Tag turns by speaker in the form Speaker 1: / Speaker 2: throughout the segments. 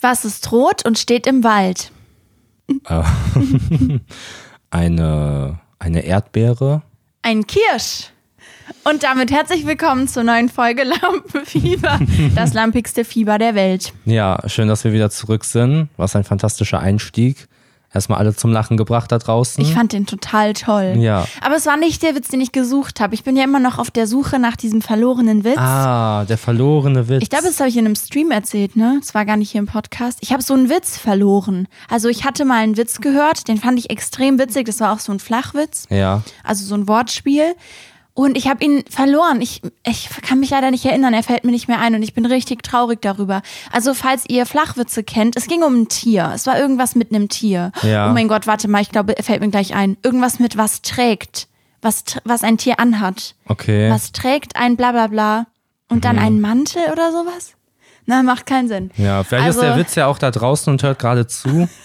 Speaker 1: Was ist rot und steht im Wald?
Speaker 2: Eine, eine Erdbeere.
Speaker 1: Ein Kirsch. Und damit herzlich willkommen zur neuen Folge Lampenfieber, das lampigste Fieber der Welt.
Speaker 2: Ja, schön, dass wir wieder zurück sind. Was ein fantastischer Einstieg. Erstmal alle zum Lachen gebracht da draußen.
Speaker 1: Ich fand den total toll.
Speaker 2: Ja.
Speaker 1: Aber es war nicht der Witz, den ich gesucht habe. Ich bin ja immer noch auf der Suche nach diesem verlorenen Witz.
Speaker 2: ah, der verlorene Witz.
Speaker 1: Ich glaube, das habe ich in einem Stream erzählt, ne? Es war gar nicht hier im Podcast. Ich habe so einen Witz verloren. Also ich hatte mal einen Witz gehört, den fand ich extrem witzig. Das war auch so ein Flachwitz,
Speaker 2: ja,
Speaker 1: also so ein Wortspiel. Und ich habe ihn verloren. Ich, ich kann mich leider nicht erinnern. Er fällt mir nicht mehr ein und ich bin richtig traurig darüber. Also falls ihr Flachwitze kennt, es ging um ein Tier. Es war irgendwas mit einem Tier.
Speaker 2: Ja.
Speaker 1: Oh mein Gott, warte mal, ich glaube, er fällt mir gleich ein. Irgendwas mit was trägt, was, tr- was ein Tier anhat
Speaker 2: okay.
Speaker 1: was trägt ein Blablabla und dann einen Mantel oder sowas? Na, macht keinen Sinn.
Speaker 2: Mhm. Ja, vielleicht
Speaker 1: also,
Speaker 2: ist der Witz ja auch da draußen und hört gerade zu.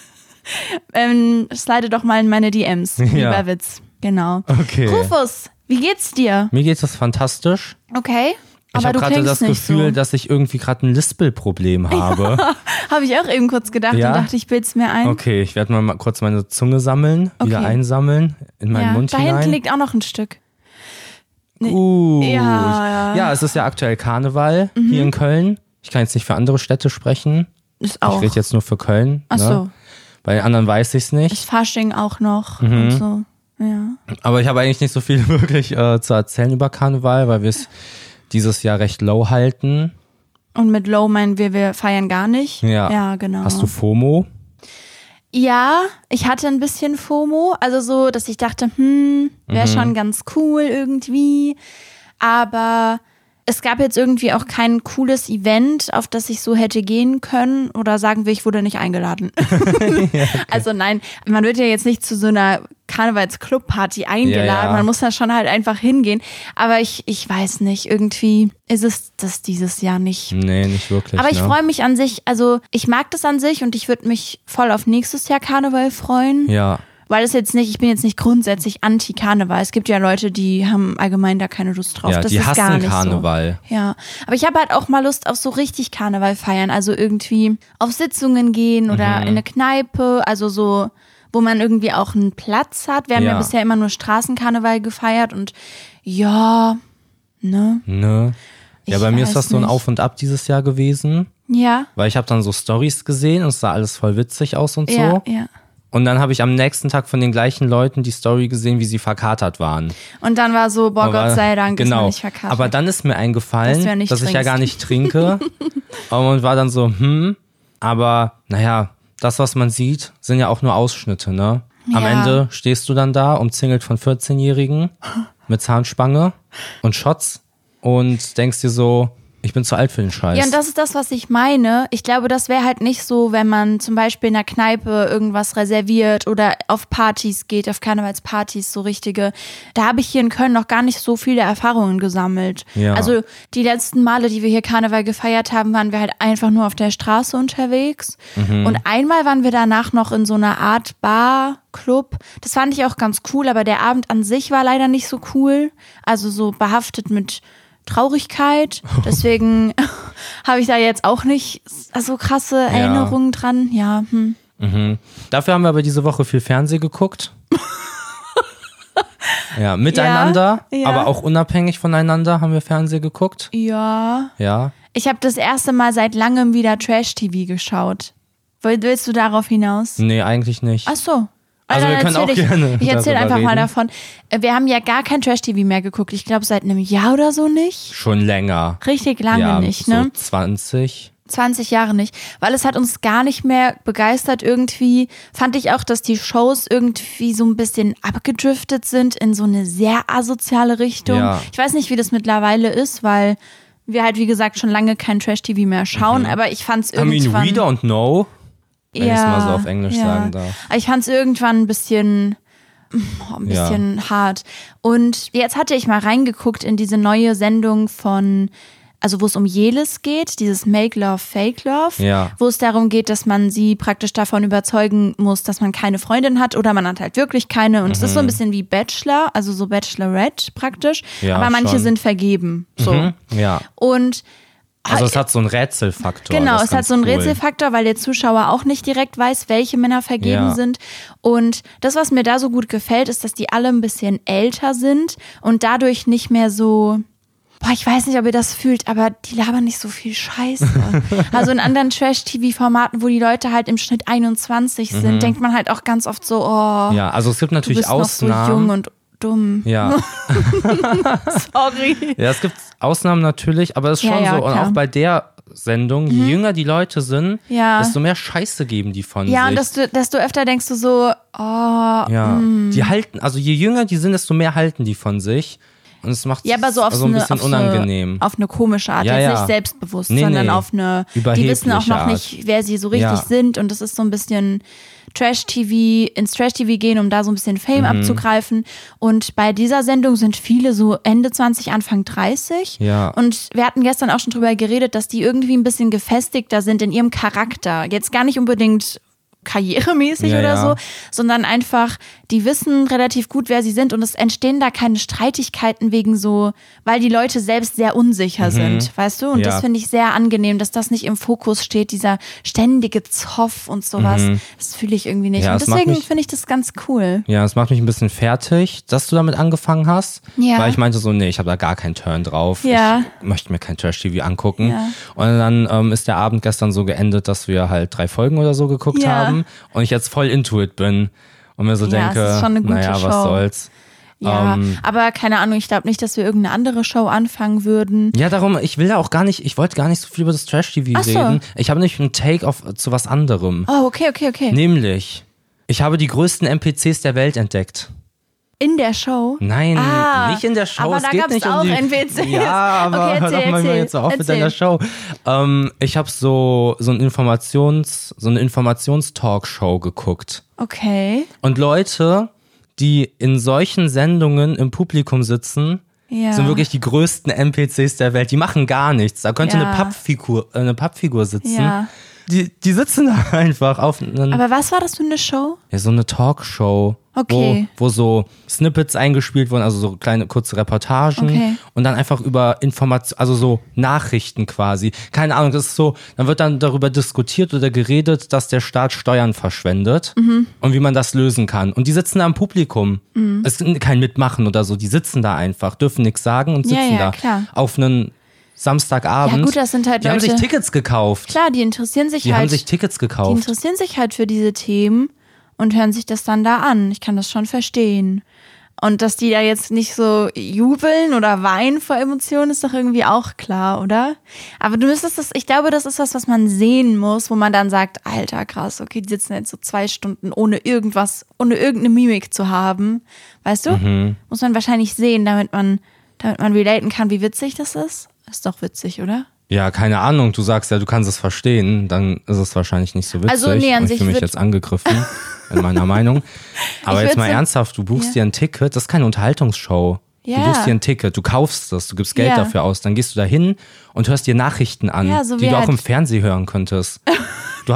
Speaker 1: Ähm, slide doch mal in meine DMs, lieber Witz. Genau.
Speaker 2: Okay.
Speaker 1: Rufus, wie geht's dir?
Speaker 2: Mir geht es fantastisch.
Speaker 1: Okay.
Speaker 2: ich
Speaker 1: Aber
Speaker 2: habe
Speaker 1: du
Speaker 2: gerade
Speaker 1: klingst
Speaker 2: das
Speaker 1: nicht
Speaker 2: Gefühl,
Speaker 1: so.
Speaker 2: dass ich irgendwie gerade ein Lispelproblem habe.
Speaker 1: Habe ich auch eben kurz gedacht
Speaker 2: Ja?
Speaker 1: und dachte, ich bild's mir ein.
Speaker 2: Okay, ich werde mal, mal kurz meine Zunge sammeln, wieder
Speaker 1: Okay.
Speaker 2: einsammeln, in meinen
Speaker 1: ja,
Speaker 2: Mund
Speaker 1: da
Speaker 2: hinein.
Speaker 1: hinten liegt auch noch ein Stück.
Speaker 2: Gut.
Speaker 1: Ja, Mhm. ja.
Speaker 2: ja, es ist ja aktuell Karneval hier in Köln. Ich kann jetzt nicht für andere Städte sprechen.
Speaker 1: Ist
Speaker 2: Ich
Speaker 1: auch.
Speaker 2: rede jetzt nur für Köln.
Speaker 1: Ach so.
Speaker 2: Ne? Bei den anderen weiß ich es nicht.
Speaker 1: Ist Fasching auch noch
Speaker 2: Mhm.
Speaker 1: und so. Ja.
Speaker 2: Aber ich habe eigentlich nicht so viel wirklich äh, zu erzählen über Karneval, weil wir es dieses Jahr recht low halten.
Speaker 1: Und mit Low meinen wir, wir feiern gar nicht.
Speaker 2: Ja.
Speaker 1: Ja, genau.
Speaker 2: Hast du FOMO?
Speaker 1: Ja, ich hatte ein bisschen FOMO, also so, dass ich dachte, hm,
Speaker 2: Mhm.
Speaker 1: wäre schon ganz cool irgendwie, aber es gab jetzt irgendwie auch kein cooles Event, auf das ich so hätte gehen können oder sagen wir, ich wurde nicht eingeladen. Also nein, man wird ja jetzt nicht zu so einer Karnevals-Club-Party eingeladen,
Speaker 2: Ja, ja.
Speaker 1: man muss da schon halt einfach hingehen, aber ich, ich weiß nicht, irgendwie ist es das dieses Jahr nicht.
Speaker 2: Nee, nicht wirklich.
Speaker 1: Aber ich
Speaker 2: ne?
Speaker 1: freue mich an sich, also ich mag das an sich und ich würde mich voll auf nächstes Jahr Karneval freuen,
Speaker 2: Ja.
Speaker 1: weil es jetzt nicht, ich bin jetzt nicht grundsätzlich anti-Karneval. Es gibt ja Leute, die haben allgemein da keine Lust drauf.
Speaker 2: Ja,
Speaker 1: das
Speaker 2: die
Speaker 1: ist
Speaker 2: hassen
Speaker 1: gar nicht
Speaker 2: Karneval.
Speaker 1: So. Ja, aber ich habe halt auch mal Lust auf so richtig Karneval feiern, also irgendwie auf Sitzungen gehen
Speaker 2: Mhm.
Speaker 1: oder in eine Kneipe, also so wo man irgendwie auch einen Platz hat. Wir haben ja,
Speaker 2: Ja.
Speaker 1: bisher immer nur Straßenkarneval gefeiert und ja, ne?
Speaker 2: Ne? Ja,
Speaker 1: Ich
Speaker 2: bei mir ist
Speaker 1: weiß
Speaker 2: das so ein
Speaker 1: nicht.
Speaker 2: Auf und Ab dieses Jahr gewesen.
Speaker 1: Ja.
Speaker 2: Weil ich habe dann so Stories gesehen und es sah alles voll witzig aus und so.
Speaker 1: Ja, ja.
Speaker 2: Und dann habe ich am nächsten Tag von den gleichen Leuten die Story gesehen, wie sie verkatert waren.
Speaker 1: Und dann war so, boah,
Speaker 2: Aber-
Speaker 1: Oh Gott sei Dank, ist
Speaker 2: genau.
Speaker 1: man nicht verkatert.
Speaker 2: Aber dann ist mir eingefallen,
Speaker 1: Dass du
Speaker 2: dass,
Speaker 1: ja nicht
Speaker 2: ich ja
Speaker 1: trinkst.
Speaker 2: gar nicht trinke. und war dann so, hm, aber naja, das, was man sieht, sind ja auch nur Ausschnitte, ne? Am
Speaker 1: Ja.
Speaker 2: Ende stehst du dann da, umzingelt von 14-Jährigen mit Zahnspange und Shots und denkst dir so, ich bin zu alt für den Scheiß.
Speaker 1: ja, und das ist das, was ich meine. Ich glaube, das wäre halt nicht so, wenn man zum Beispiel in einer Kneipe irgendwas reserviert oder auf Partys geht, auf Karnevalspartys, so richtige. Da habe ich hier in Köln noch gar nicht so viele Erfahrungen gesammelt.
Speaker 2: Ja.
Speaker 1: Also die letzten Male, die wir hier Karneval gefeiert haben, waren wir halt einfach nur auf der Straße unterwegs. Und einmal waren wir danach noch in so einer Art Bar, Club. Das fand ich auch ganz cool, aber der Abend an sich war leider nicht so cool. Also so behaftet mit Traurigkeit. Deswegen habe ich da jetzt auch nicht so krasse Erinnerungen dran. Ja, hm.
Speaker 2: Dafür haben wir aber diese Woche viel Fernsehen geguckt. ja, miteinander,
Speaker 1: Ja, ja.
Speaker 2: aber auch unabhängig voneinander haben wir Fernsehen geguckt.
Speaker 1: ja.
Speaker 2: Ja.
Speaker 1: Ich habe das erste Mal seit langem wieder Trash-TV geschaut. Will- Willst du darauf hinaus?
Speaker 2: Nee, eigentlich nicht.
Speaker 1: Ach so.
Speaker 2: Also
Speaker 1: Ah,
Speaker 2: wir
Speaker 1: dann
Speaker 2: können
Speaker 1: erzähl
Speaker 2: auch gerne
Speaker 1: Ich, ich erzähle
Speaker 2: darüber
Speaker 1: einfach mal
Speaker 2: reden.
Speaker 1: davon. Äh, Wir haben ja gar kein Trash-TV mehr geguckt. Ich glaube, seit einem Jahr oder so nicht.
Speaker 2: Schon länger.
Speaker 1: Richtig lange
Speaker 2: ja,
Speaker 1: nicht,
Speaker 2: so
Speaker 1: ne?
Speaker 2: 20.
Speaker 1: 20 Jahre nicht, weil es hat uns gar nicht mehr begeistert irgendwie. Fand ich auch, dass die Shows irgendwie so ein bisschen abgedriftet sind in so eine sehr asoziale Richtung.
Speaker 2: Ja.
Speaker 1: Ich weiß nicht, wie das mittlerweile ist, weil wir halt wie gesagt schon lange kein Trash TV mehr schauen,
Speaker 2: Mhm.
Speaker 1: aber ich fand es
Speaker 2: I mean,
Speaker 1: irgendwann
Speaker 2: we don't know. wenn ich's mal so auf Englisch sagen darf.
Speaker 1: aber Ich fand es irgendwann ein bisschen, oh, ein
Speaker 2: Ja.
Speaker 1: bisschen hart. Und jetzt hatte ich mal reingeguckt in diese neue Sendung von, also wo es um Jelis geht, dieses Make Love, Fake Love,
Speaker 2: Ja.
Speaker 1: wo es darum geht, dass man sie praktisch davon überzeugen muss, dass man keine Freundin hat oder man hat halt wirklich keine. Und es ist so
Speaker 2: Mhm.
Speaker 1: ein bisschen wie Bachelor, also so Bachelorette praktisch.
Speaker 2: Ja,
Speaker 1: aber manche
Speaker 2: schon.
Speaker 1: sind vergeben. So.
Speaker 2: Hm? Ja.
Speaker 1: Und
Speaker 2: Hm? Also es hat so einen Rätselfaktor.
Speaker 1: Ah, Genau,
Speaker 2: das ist
Speaker 1: es hat
Speaker 2: ganz
Speaker 1: so einen
Speaker 2: cool.
Speaker 1: Rätselfaktor, weil der Zuschauer auch nicht direkt weiß, welche Männer vergeben
Speaker 2: Ja.
Speaker 1: sind. Und das, was mir da so gut gefällt, ist, dass die alle ein bisschen älter sind und dadurch nicht mehr so. Boah, ich weiß nicht, ob ihr das fühlt, aber die labern nicht so viel Scheiße. also in anderen Trash-TV-Formaten, wo die Leute halt im Schnitt 21 sind, denkt man halt auch ganz oft so, oh,
Speaker 2: Mhm. Ja, also es gibt
Speaker 1: du
Speaker 2: natürlich
Speaker 1: bist noch
Speaker 2: Ausnahmen.
Speaker 1: so jung und dumm.
Speaker 2: ja.
Speaker 1: Sorry.
Speaker 2: ja, es gibt Ausnahmen natürlich, aber es ist
Speaker 1: Ja,
Speaker 2: schon
Speaker 1: ja,
Speaker 2: so. Und
Speaker 1: klar. Mhm.
Speaker 2: auch bei der Sendung, je jünger die Leute sind,
Speaker 1: Ja.
Speaker 2: desto mehr Scheiße geben die von
Speaker 1: Ja, und
Speaker 2: sich.
Speaker 1: desto, desto öfter denkst du so, oh,
Speaker 2: ja, die halten, also je jünger die sind, desto mehr halten die von sich. Und es macht
Speaker 1: Ja, aber so auf
Speaker 2: also ein
Speaker 1: eine,
Speaker 2: bisschen
Speaker 1: auf
Speaker 2: unangenehm.
Speaker 1: Eine, auf eine komische Art,
Speaker 2: Ja,
Speaker 1: jetzt
Speaker 2: ja.
Speaker 1: nicht selbstbewusst,
Speaker 2: Nee,
Speaker 1: sondern
Speaker 2: nee.
Speaker 1: auf eine. Die
Speaker 2: Überhebliche
Speaker 1: wissen auch noch
Speaker 2: Art.
Speaker 1: nicht, wer sie so richtig
Speaker 2: Ja.
Speaker 1: sind und das ist so ein bisschen Trash-TV, ins Trash-TV gehen, um da so ein bisschen Fame
Speaker 2: Mhm.
Speaker 1: abzugreifen. Und bei dieser Sendung sind viele so Ende 20, Anfang 30.
Speaker 2: Ja.
Speaker 1: Und wir hatten gestern auch schon drüber geredet, dass die irgendwie ein bisschen gefestigter sind in ihrem Charakter. Jetzt gar nicht unbedingt karrieremäßig
Speaker 2: Ja,
Speaker 1: oder
Speaker 2: ja.
Speaker 1: so, sondern einfach, die wissen relativ gut, wer sie sind und es entstehen da keine Streitigkeiten wegen so, weil die Leute selbst sehr unsicher sind, weißt du? Und
Speaker 2: Mhm. Ja.
Speaker 1: das finde ich sehr angenehm, dass das nicht im Fokus steht, dieser ständige Zoff und sowas. Das fühle ich irgendwie nicht.
Speaker 2: Mhm. Ja,
Speaker 1: und
Speaker 2: es macht
Speaker 1: deswegen
Speaker 2: mich-
Speaker 1: finde ich das ganz cool.
Speaker 2: Ja, es macht mich ein bisschen fertig, dass du damit angefangen hast.
Speaker 1: Ja.
Speaker 2: Weil ich meinte so, nee, ich habe da gar keinen Turn drauf.
Speaker 1: Ja.
Speaker 2: Ich möchte mir kein Trash-TV angucken.
Speaker 1: Ja.
Speaker 2: Und dann ähm, ist der Abend gestern so geendet, dass wir halt drei Folgen oder so geguckt
Speaker 1: Ja.
Speaker 2: haben und ich jetzt voll into it bin und mir so
Speaker 1: Ja, es
Speaker 2: denke,
Speaker 1: ist schon eine gute
Speaker 2: naja, was
Speaker 1: Show.
Speaker 2: soll's.
Speaker 1: Ja,
Speaker 2: Ähm.
Speaker 1: aber keine Ahnung, ich glaube nicht, dass wir irgendeine andere Show anfangen würden.
Speaker 2: Ja, darum, ich will ja auch gar nicht, ich wollte gar nicht so viel über das Trash-TV
Speaker 1: Ach so.
Speaker 2: reden. Ich habe nämlich einen Take auf zu was anderem.
Speaker 1: Oh, okay, okay, okay.
Speaker 2: Nämlich, ich habe die größten NPCs der Welt entdeckt.
Speaker 1: In der Show?
Speaker 2: Nein,
Speaker 1: Ah,
Speaker 2: nicht in der Show.
Speaker 1: aber
Speaker 2: es
Speaker 1: da
Speaker 2: geht
Speaker 1: gab's
Speaker 2: nicht
Speaker 1: auch
Speaker 2: um die...
Speaker 1: NPCs.
Speaker 2: Ja, aber
Speaker 1: Okay,
Speaker 2: hör doch
Speaker 1: erzähl,
Speaker 2: mal
Speaker 1: erzähl,
Speaker 2: jetzt so auf mit
Speaker 1: erzähl.
Speaker 2: deiner Show. Ähm, ich habe so, so, ein Informations, so eine Informationstalkshow geguckt.
Speaker 1: Okay.
Speaker 2: Und Leute, die in solchen Sendungen im Publikum sitzen,
Speaker 1: Ja.
Speaker 2: sind wirklich die größten NPCs der Welt. Die machen gar nichts. Da könnte
Speaker 1: Ja.
Speaker 2: eine, Pappfigur, äh, eine Pappfigur sitzen.
Speaker 1: Ja.
Speaker 2: Die, die sitzen da einfach auf einem
Speaker 1: Aber was war das für eine Show?
Speaker 2: ja, so eine Talkshow,
Speaker 1: Okay.
Speaker 2: wo, wo so Snippets eingespielt wurden, also so kleine kurze Reportagen
Speaker 1: Okay.
Speaker 2: und dann einfach über Informationen, also so Nachrichten quasi. Keine Ahnung, das ist so, dann wird dann darüber diskutiert oder geredet, dass der Staat Steuern verschwendet
Speaker 1: Mhm.
Speaker 2: und wie man das lösen kann. Und die sitzen da im Publikum. Es ist kein Mitmachen oder so, die sitzen da einfach, dürfen nichts sagen und
Speaker 1: Ja,
Speaker 2: sitzen
Speaker 1: ja,
Speaker 2: da
Speaker 1: klar.
Speaker 2: auf einen Samstagabend.
Speaker 1: Ja, gut, das sind halt
Speaker 2: die haben sich
Speaker 1: Leute-
Speaker 2: Tickets gekauft.
Speaker 1: Klar, die interessieren sich
Speaker 2: Die
Speaker 1: halt.
Speaker 2: haben sich Tickets
Speaker 1: die
Speaker 2: gekauft.
Speaker 1: interessieren sich halt für diese Themen und hören sich das dann da an. Ich kann das schon verstehen. Und dass die da jetzt nicht so jubeln oder weinen vor Emotionen, ist doch irgendwie auch klar, oder? Aber du müsstest das, ich glaube, das ist was, was man sehen muss, wo man dann sagt, alter, krass, okay, die sitzen jetzt so zwei Stunden ohne irgendwas, ohne irgendeine Mimik zu haben. Weißt du? Muss man wahrscheinlich sehen, damit man, damit man relaten kann, wie witzig das ist. Ist doch witzig, oder?
Speaker 2: Ja, keine Ahnung. Du sagst ja, du kannst es verstehen, dann ist es wahrscheinlich nicht so witzig.
Speaker 1: Also, nee, an
Speaker 2: Und
Speaker 1: sich
Speaker 2: ich fühle mich
Speaker 1: wird-
Speaker 2: jetzt angegriffen, in meiner Meinung. Aber
Speaker 1: Ich
Speaker 2: jetzt
Speaker 1: würd
Speaker 2: mal
Speaker 1: so-
Speaker 2: ernsthaft, du buchst
Speaker 1: Ja.
Speaker 2: dir ein Ticket, das ist keine Unterhaltungsshow.
Speaker 1: Ja.
Speaker 2: Du buchst dir ein Ticket, du kaufst das, du gibst Geld
Speaker 1: Ja.
Speaker 2: dafür aus, dann gehst du dahin und hörst dir Nachrichten an,
Speaker 1: Ja, so
Speaker 2: die
Speaker 1: wie
Speaker 2: du auch
Speaker 1: halt-
Speaker 2: im Fernsehen hören könntest. Du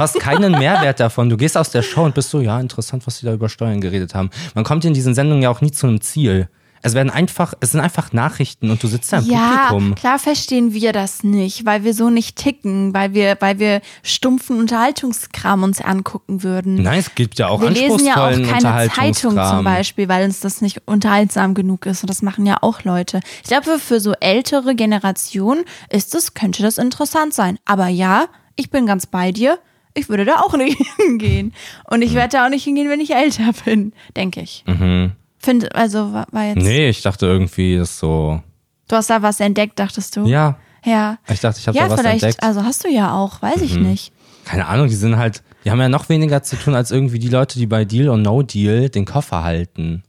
Speaker 2: hast keinen Mehrwert davon. Du gehst aus der Show und bist so, ja, interessant, was die da über Steuern geredet haben. Man kommt in diesen Sendungen ja auch nie zu einem Ziel. Es werden einfach, es sind einfach Nachrichten und du sitzt da im
Speaker 1: Ja,
Speaker 2: Publikum.
Speaker 1: klar verstehen wir das nicht, weil wir so nicht ticken, weil wir, weil wir stumpfen Unterhaltungskram uns angucken würden.
Speaker 2: Nein, es gibt ja auch
Speaker 1: wir lesen ja auch
Speaker 2: anspruchsvollen
Speaker 1: keine Zeitung zum
Speaker 2: Unterhaltungskram.
Speaker 1: Beispiel, weil uns das nicht unterhaltsam genug ist. Und das machen ja auch Leute. Ich glaube, für so ältere Generationen ist es, könnte das interessant sein. Aber ja, ich bin ganz bei dir. Ich würde da auch nicht hingehen. Und
Speaker 2: Mhm.
Speaker 1: ich werde da auch nicht hingehen, wenn ich älter bin, denke ich. Finde, also war war jetzt.
Speaker 2: Nee, ich dachte irgendwie, das ist so.
Speaker 1: Du hast da was entdeckt, dachtest du?
Speaker 2: Ja,
Speaker 1: Ja.
Speaker 2: ich dachte, ich habe
Speaker 1: ja,
Speaker 2: da was
Speaker 1: vielleicht,
Speaker 2: entdeckt. Mhm.
Speaker 1: also hast du ja auch, weiß ich nicht.
Speaker 2: Keine Ahnung, die sind halt, die haben ja noch weniger zu tun als irgendwie die Leute, die bei Deal or No Deal den Koffer halten.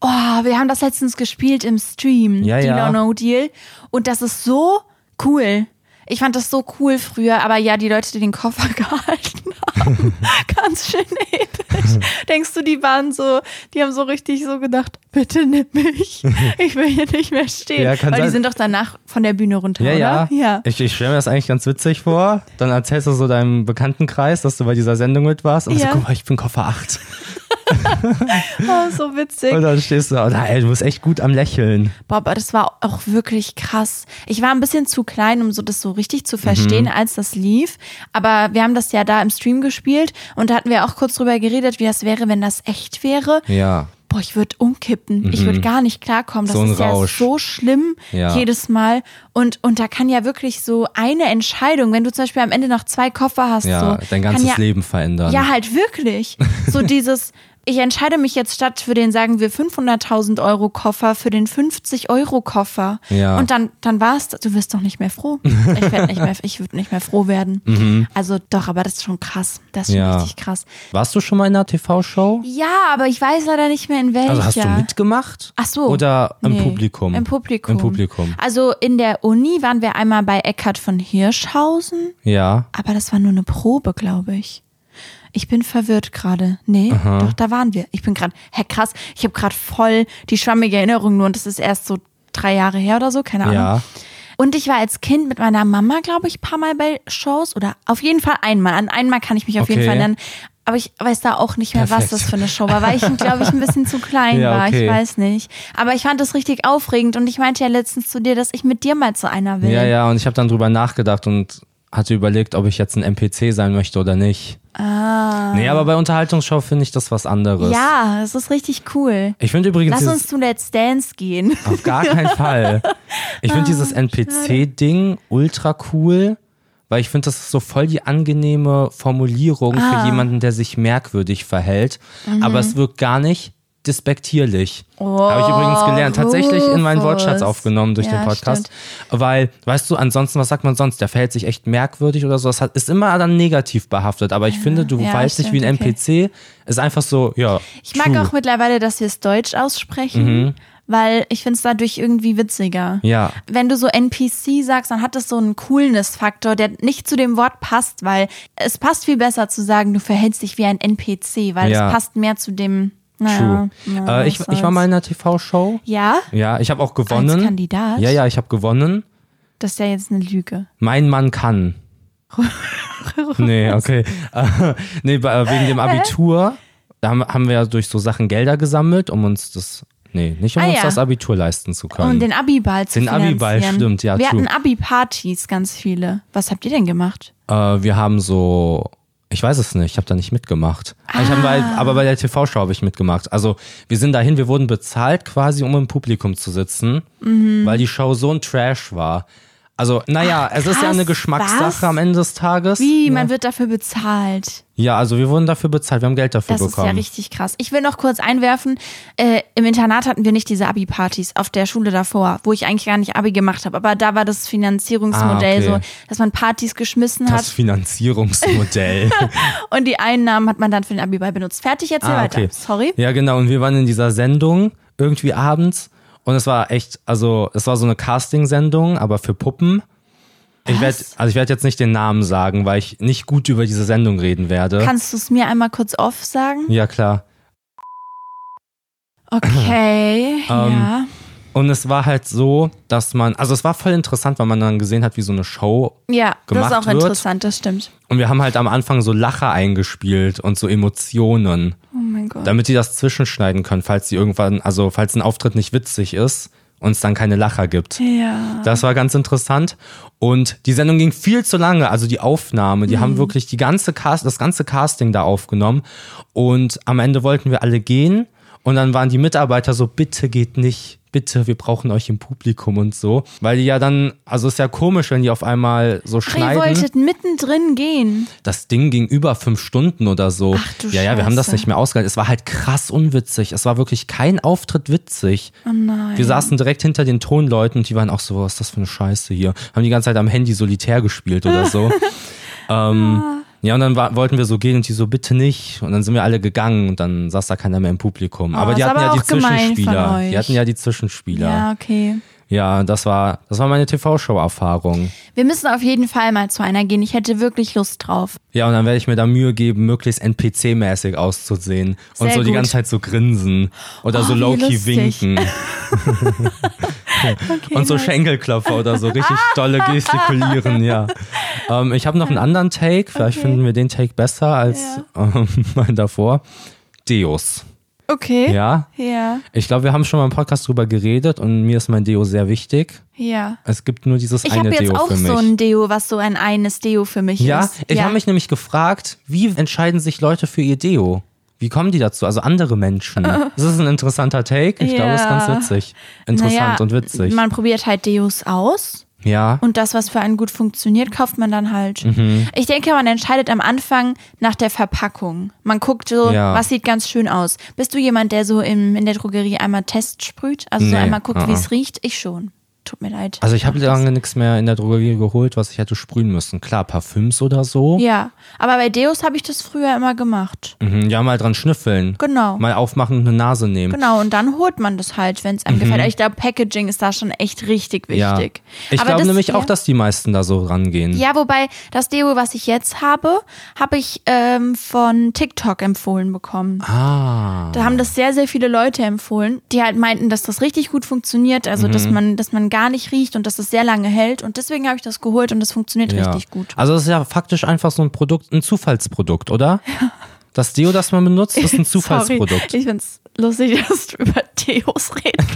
Speaker 1: Oh, wir haben das letztens gespielt im Stream,
Speaker 2: Ja,
Speaker 1: Deal
Speaker 2: ja.
Speaker 1: or No Deal. Und das ist so cool. Ich fand das so cool früher, aber ja, die Leute, die den Koffer gehalten haben, ganz schön episch. Denkst du, die waren so, die haben so richtig so gedacht, bitte nimm mich, ich will hier nicht mehr stehen.
Speaker 2: Ja, kann
Speaker 1: Weil die
Speaker 2: sein.
Speaker 1: sind doch danach von der Bühne runter,
Speaker 2: Ja,
Speaker 1: oder?
Speaker 2: ja. Ich, ich stelle mir das eigentlich ganz witzig vor. Dann erzählst du so deinem Bekanntenkreis, dass du bei dieser Sendung mit warst. Und
Speaker 1: Ja.
Speaker 2: so, guck mal, ich bin Koffer 8.
Speaker 1: Oh, so witzig.
Speaker 2: Und dann stehst du da, und, ey, du bist echt gut am Lächeln.
Speaker 1: Boah, aber das war auch wirklich krass. Ich war ein bisschen zu klein, um so das so richtig zu
Speaker 2: Mhm.
Speaker 1: verstehen, als das lief. Aber wir haben das ja da im Stream gespielt und da hatten wir auch kurz drüber geredet, wie das wäre, wenn das echt wäre.
Speaker 2: Ja. Mhm.
Speaker 1: Boah, ich würde umkippen. Ich würde gar nicht klarkommen. Das
Speaker 2: So ein
Speaker 1: ist
Speaker 2: Rausch.
Speaker 1: ja so schlimm
Speaker 2: Ja.
Speaker 1: jedes Mal. Und, und da kann ja wirklich so eine Entscheidung, wenn du zum Beispiel am Ende noch zwei Koffer hast,
Speaker 2: Ja,
Speaker 1: so,
Speaker 2: dein
Speaker 1: kann
Speaker 2: ganzes
Speaker 1: ja
Speaker 2: Leben verändern.
Speaker 1: ja, halt wirklich. So dieses, ich entscheide mich jetzt statt für den, sagen wir, 500.000 Euro Koffer, für den 50 Euro Koffer.
Speaker 2: Ja.
Speaker 1: Und dann, dann war's, das. du wirst doch nicht mehr froh. Ich werd nicht mehr, ich würde nicht mehr froh werden. Also doch, aber das ist schon krass. Das ist schon
Speaker 2: Mhm. Ja.
Speaker 1: richtig krass.
Speaker 2: Warst du schon mal in einer TV-Show?
Speaker 1: Ja, aber ich weiß leider nicht mehr in welcher.
Speaker 2: Also hast du mitgemacht?
Speaker 1: Ach so.
Speaker 2: Oder im
Speaker 1: Nee,
Speaker 2: Publikum?
Speaker 1: Im Publikum.
Speaker 2: Im Publikum.
Speaker 1: Also in der Uni waren wir einmal bei Eckart von Hirschhausen.
Speaker 2: Ja.
Speaker 1: Aber das war nur eine Probe, glaube ich. Ich bin verwirrt gerade. Nee, doch, da waren wir. Ich bin gerade, hä, krass, ich habe gerade voll die schwammige Erinnerung nur und das ist erst so drei Jahre her oder so, keine Ahnung.
Speaker 2: Ja.
Speaker 1: Und ich war als Kind mit meiner Mama, glaube ich, ein paar Mal bei Shows oder auf jeden Fall einmal. An einmal kann ich mich auf jeden
Speaker 2: Okay.
Speaker 1: Fall nennen. Aber ich weiß da auch nicht mehr, was
Speaker 2: Perfekt.
Speaker 1: das für eine Show war, weil ich, glaube ich, ein bisschen zu klein
Speaker 2: Ja,
Speaker 1: war.
Speaker 2: okay.
Speaker 1: Ich weiß nicht. Aber ich fand das richtig aufregend und ich meinte ja letztens zu dir, dass ich mit dir mal zu einer will.
Speaker 2: Ja, ja, und ich habe dann drüber nachgedacht und hatte überlegt, ob ich jetzt ein NPC sein möchte oder nicht. Ah. Nee, aber bei Unterhaltungsshow finde ich das was anderes.
Speaker 1: ja das ist richtig cool.
Speaker 2: Ich finde übrigens
Speaker 1: Lass uns
Speaker 2: dieses,
Speaker 1: zu Let's Dance gehen.
Speaker 2: auf gar keinen Fall. Ich
Speaker 1: Ah,
Speaker 2: finde dieses NPC-Ding ultra cool, weil ich finde, das ist so voll die angenehme Formulierung
Speaker 1: Ah.
Speaker 2: für jemanden, der sich merkwürdig verhält.
Speaker 1: Mhm.
Speaker 2: Aber es wirkt gar nicht despektierlich. Habe ich übrigens gelernt. Tatsächlich in meinen
Speaker 1: Oh, Rufus.
Speaker 2: Wortschatz aufgenommen durch
Speaker 1: Ja,
Speaker 2: den Podcast. Weil, weißt du, ansonsten, was sagt man sonst? Der verhält sich echt merkwürdig oder so. Das hat, ist immer dann negativ behaftet. Aber ich finde, du
Speaker 1: ja,
Speaker 2: weißt nicht, wie ein
Speaker 1: stimmt, okay.
Speaker 2: NPC ist einfach so, ja.
Speaker 1: Ich mag
Speaker 2: true.
Speaker 1: auch mittlerweile, dass wir es deutsch aussprechen, weil ich finde es dadurch irgendwie witziger.
Speaker 2: Mhm. Ja.
Speaker 1: Wenn du so NPC sagst, dann hat das so einen Coolness-Faktor, der nicht zu dem Wort passt, weil es passt viel besser zu sagen, du verhältst dich wie ein NPC, weil
Speaker 2: Ja.
Speaker 1: es passt mehr zu dem. Naja,
Speaker 2: True.
Speaker 1: na,
Speaker 2: äh, ich,
Speaker 1: was
Speaker 2: ich war
Speaker 1: soll's.
Speaker 2: mal in einer TV-Show.
Speaker 1: Ja,
Speaker 2: Ja, ich habe auch gewonnen.
Speaker 1: Als Kandidat?
Speaker 2: Ja, ja, ich habe gewonnen.
Speaker 1: das ist ja jetzt eine Lüge.
Speaker 2: Mein Mann kann. nee, okay. Äh, nee, bei- äh, wegen dem Abitur da haben, haben wir ja durch so Sachen Gelder gesammelt, um uns das, nee, nicht um
Speaker 1: Ah,
Speaker 2: uns
Speaker 1: ja.
Speaker 2: das Abitur leisten zu können.
Speaker 1: Und Um den Abiball zu
Speaker 2: Den Abiball,
Speaker 1: finanzieren.
Speaker 2: stimmt, ja,
Speaker 1: Wir
Speaker 2: true.
Speaker 1: hatten Abi-Partys, ganz viele. Was habt ihr denn gemacht?
Speaker 2: Äh, wir haben so, ich weiß es nicht, ich habe da nicht mitgemacht. Also Ich hab bei,
Speaker 1: Ah.
Speaker 2: aber bei der TV-Show habe ich mitgemacht. Also wir sind dahin, wir wurden bezahlt quasi, um im Publikum zu sitzen,
Speaker 1: Mhm.
Speaker 2: weil die Show so ein Trash war. Also, naja, es ist ja
Speaker 1: krass,
Speaker 2: eine Geschmackssache
Speaker 1: was?
Speaker 2: am Ende des Tages.
Speaker 1: Wie,
Speaker 2: ne?
Speaker 1: man wird dafür bezahlt.
Speaker 2: Ja, also wir wurden dafür bezahlt, wir haben Geld dafür
Speaker 1: Das ist ja
Speaker 2: bekommen.
Speaker 1: richtig krass. Ich will noch kurz einwerfen, äh, im Internat hatten wir nicht diese Abi-Partys auf der Schule davor, wo ich eigentlich gar nicht Abi gemacht habe, aber da war das Finanzierungsmodell
Speaker 2: Ah, okay.
Speaker 1: so, dass man Partys geschmissen
Speaker 2: das Finanzierungsmodell.
Speaker 1: hat und die Einnahmen hat man dann für den Abi-Ball benutzt. Fertig, jetzt
Speaker 2: Ah,
Speaker 1: weiter.
Speaker 2: okay.
Speaker 1: Sorry.
Speaker 2: Ja, genau. Und wir waren in dieser Sendung irgendwie abends und es war echt, also es war so eine Casting-Sendung, aber für Puppen. Ich werd, also ich werde jetzt nicht den Namen sagen, weil ich nicht gut über diese Sendung reden werde.
Speaker 1: Kannst du es mir einmal kurz off sagen?
Speaker 2: ja, klar. Ähm,
Speaker 1: Okay, ja.
Speaker 2: Und es war halt so, dass man, also es war voll interessant, weil man dann gesehen hat, wie so eine Show
Speaker 1: Ja, das ist
Speaker 2: gemacht
Speaker 1: auch
Speaker 2: wird.
Speaker 1: interessant, das stimmt.
Speaker 2: und wir haben halt am Anfang so Lacher eingespielt und so Emotionen.
Speaker 1: Oh mein Gott.
Speaker 2: damit die das zwischenschneiden können, falls die irgendwann, also falls ein Auftritt nicht witzig ist und es dann keine Lacher gibt.
Speaker 1: ja.
Speaker 2: Das war ganz interessant und die Sendung ging viel zu lange, also die Aufnahme, die
Speaker 1: Mhm.
Speaker 2: haben wirklich die ganze Cast, das ganze Casting da aufgenommen und am Ende wollten wir alle gehen und dann waren die Mitarbeiter so bitte geht nicht. Bitte, wir brauchen euch im Publikum und so. Weil die ja dann, also ist ja komisch, wenn die auf einmal so
Speaker 1: Ach, ihr
Speaker 2: schneiden.
Speaker 1: wolltet mittendrin gehen.
Speaker 2: Das Ding ging über fünf Stunden oder so.
Speaker 1: Ach du
Speaker 2: ja, ja, wir haben das
Speaker 1: Scheiße.
Speaker 2: nicht mehr ausgehalten. Es war halt krass unwitzig. Es war wirklich kein Auftritt witzig.
Speaker 1: Oh nein.
Speaker 2: Wir saßen direkt hinter den Tonleuten und die waren auch so, was ist das für eine Scheiße hier? Haben die ganze Zeit am Handy solitär gespielt oder so. ähm, ja, und dann war, wollten wir so gehen und die so, bitte nicht. Und dann sind wir alle gegangen und dann saß da keiner mehr im Publikum. aber die
Speaker 1: Oh, ist
Speaker 2: hatten
Speaker 1: aber
Speaker 2: ja die
Speaker 1: auch gemein von
Speaker 2: Zwischenspieler.
Speaker 1: euch.
Speaker 2: Die hatten ja die Zwischenspieler. Ja,
Speaker 1: ja, okay.
Speaker 2: das war, das war meine TV-Show-Erfahrung.
Speaker 1: Wir müssen auf jeden Fall mal zu einer gehen. Ich hätte wirklich Lust drauf.
Speaker 2: Ja, und dann werde ich mir da Mühe geben, möglichst NPC-mäßig auszusehen und
Speaker 1: Sehr
Speaker 2: so die
Speaker 1: gut. Oh,
Speaker 2: ganze Zeit so grinsen oder so
Speaker 1: wie
Speaker 2: low-key
Speaker 1: lustig.
Speaker 2: winken und so
Speaker 1: nice.
Speaker 2: Schenkelklopfer oder so richtig
Speaker 1: Ah.
Speaker 2: dolle gestikulieren, ja. Ähm, ich habe noch einen anderen Take, vielleicht
Speaker 1: Okay.
Speaker 2: finden wir den Take besser als ähm, mein davor. Deos.
Speaker 1: Okay.
Speaker 2: Ja?
Speaker 1: Ja.
Speaker 2: Ich glaube, wir haben schon mal im Podcast drüber geredet und mir ist mein Deo sehr wichtig.
Speaker 1: ja.
Speaker 2: Es gibt nur dieses
Speaker 1: Ich
Speaker 2: eine
Speaker 1: habe jetzt
Speaker 2: Deo
Speaker 1: auch
Speaker 2: für mich.
Speaker 1: so ein Deo, was so ein eines Deo für mich
Speaker 2: ja,
Speaker 1: ist.
Speaker 2: ich habe mich nämlich gefragt, wie entscheiden sich Leute für ihr Deo? Wie kommen die dazu? Also andere Menschen. Das ist ein interessanter Take. Ich glaube, es ist ganz
Speaker 1: Ja.
Speaker 2: witzig. Interessant
Speaker 1: Naja,
Speaker 2: und witzig.
Speaker 1: Man probiert halt Deos aus
Speaker 2: Ja.
Speaker 1: und das, was für einen gut funktioniert, kauft man dann halt.
Speaker 2: Mhm.
Speaker 1: Ich denke, man entscheidet am Anfang nach der Verpackung. Man guckt so,
Speaker 2: Ja.
Speaker 1: was sieht ganz schön aus. Bist du jemand, der so im, in der Drogerie einmal Test sprüht? Also so
Speaker 2: Nee,
Speaker 1: einmal guckt,
Speaker 2: ah,
Speaker 1: wie
Speaker 2: ah.
Speaker 1: es riecht? Ich schon. Tut mir leid.
Speaker 2: Also ich habe
Speaker 1: mach das.
Speaker 2: lange nichts mehr in der Drogerie geholt, was ich hätte sprühen müssen. Klar, Parfüms oder so.
Speaker 1: Ja, aber bei Deos habe ich das früher immer gemacht.
Speaker 2: Mhm, ja, mal dran schnüffeln.
Speaker 1: Genau.
Speaker 2: Mal aufmachen und eine Nase nehmen.
Speaker 1: Genau, und dann holt man das halt, wenn es einem gefällt. Aber Ich glaube, Packaging ist da schon echt richtig
Speaker 2: Mhm. Ja.
Speaker 1: wichtig.
Speaker 2: Ich
Speaker 1: Aber
Speaker 2: glaube
Speaker 1: das-
Speaker 2: nämlich auch,
Speaker 1: ja.
Speaker 2: dass die meisten da so rangehen.
Speaker 1: Ja, wobei das Deo, was ich jetzt habe, habe ich ähm, von TikTok empfohlen bekommen.
Speaker 2: Ah.
Speaker 1: Da haben das sehr, sehr viele Leute empfohlen, die halt meinten, dass das richtig gut funktioniert, also dass
Speaker 2: Mhm.
Speaker 1: man, dass man gar nicht riecht und dass es sehr lange hält. Und deswegen habe ich das geholt und das funktioniert
Speaker 2: Ja.
Speaker 1: richtig gut.
Speaker 2: Also das ist ja faktisch einfach so ein Produkt, ein Zufallsprodukt, oder? Das Deo, das man benutzt, ist ein Zufallsprodukt.
Speaker 1: Sorry, ich find's lustig, dass du über Deos reden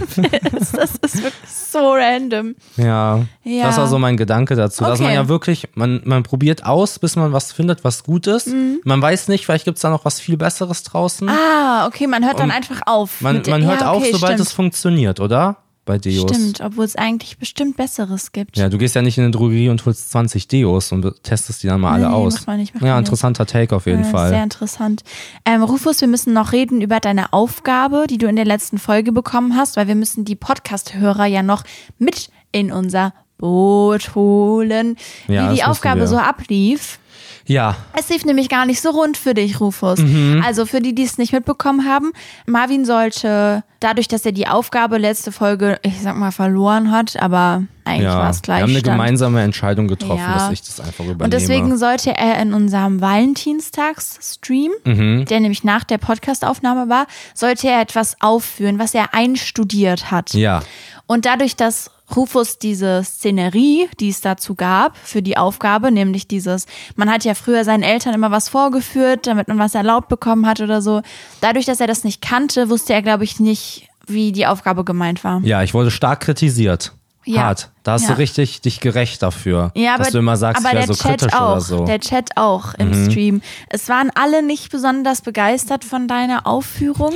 Speaker 1: willst. Das ist wirklich so random.
Speaker 2: Ja.
Speaker 1: Ja.
Speaker 2: Das war so mein Gedanke dazu. Dass
Speaker 1: Okay.
Speaker 2: man ja wirklich, man, man probiert aus, bis man was findet, was gut ist.
Speaker 1: Mhm.
Speaker 2: Man weiß nicht, vielleicht gibt's da noch was viel Besseres draußen.
Speaker 1: Ah, okay, man hört dann
Speaker 2: Und
Speaker 1: einfach auf.
Speaker 2: man
Speaker 1: mit-
Speaker 2: man hört
Speaker 1: ja,
Speaker 2: auf,
Speaker 1: okay,
Speaker 2: sobald es
Speaker 1: stimmt.
Speaker 2: funktioniert, oder? Bei Deos.
Speaker 1: Stimmt, obwohl es eigentlich bestimmt Besseres gibt.
Speaker 2: Ja, du gehst ja nicht in eine Drogerie und holst 20 Deos und testest die dann mal alle
Speaker 1: Nee,
Speaker 2: aus.
Speaker 1: macht man nicht, macht
Speaker 2: ja,
Speaker 1: man nicht.
Speaker 2: interessanter Take auf jeden
Speaker 1: Ja,
Speaker 2: Fall.
Speaker 1: Äh, Sehr interessant. Ähm, Rufus, wir müssen noch reden über deine Aufgabe, die du in der letzten Folge bekommen hast, weil wir müssen die Podcast-Hörer ja noch mit in unser Boot holen,
Speaker 2: Ja, das
Speaker 1: wie die
Speaker 2: müssen
Speaker 1: Aufgabe
Speaker 2: wir.
Speaker 1: so ablief.
Speaker 2: Ja,
Speaker 1: Es lief nämlich gar nicht so rund für dich, Rufus.
Speaker 2: Mhm.
Speaker 1: Also für die, die es nicht mitbekommen haben, Marvin sollte, dadurch, dass er die Aufgabe letzte Folge, ich sag mal, verloren hat, aber eigentlich war
Speaker 2: ja.
Speaker 1: es
Speaker 2: Wir
Speaker 1: gleich.
Speaker 2: haben eine
Speaker 1: Stand.
Speaker 2: gemeinsame Entscheidung getroffen,
Speaker 1: Ja.
Speaker 2: dass ich das einfach übernehme.
Speaker 1: Und deswegen sollte er in unserem Valentinstags-Stream,
Speaker 2: Mhm.
Speaker 1: der nämlich nach der Podcastaufnahme war, sollte er etwas aufführen, was er einstudiert hat.
Speaker 2: Ja.
Speaker 1: Und dadurch, dass Rufus diese Szenerie, die es dazu gab, für die Aufgabe, nämlich dieses, man hat ja früher seinen Eltern immer was vorgeführt, damit man was erlaubt bekommen hat oder so. Dadurch, dass er das nicht kannte, wusste er, glaube ich, nicht, wie die Aufgabe gemeint war.
Speaker 2: Ja, ich wurde stark kritisiert.
Speaker 1: Ja.
Speaker 2: Hart. Da hast
Speaker 1: Ja.
Speaker 2: du richtig dich gerecht dafür.
Speaker 1: Ja, aber,
Speaker 2: dass du immer sagst,
Speaker 1: aber
Speaker 2: ich wäre
Speaker 1: der
Speaker 2: so
Speaker 1: Chat
Speaker 2: kritisch
Speaker 1: auch,
Speaker 2: oder so. Mhm.
Speaker 1: der Chat auch im Stream. Es waren alle nicht besonders begeistert von deiner Aufführung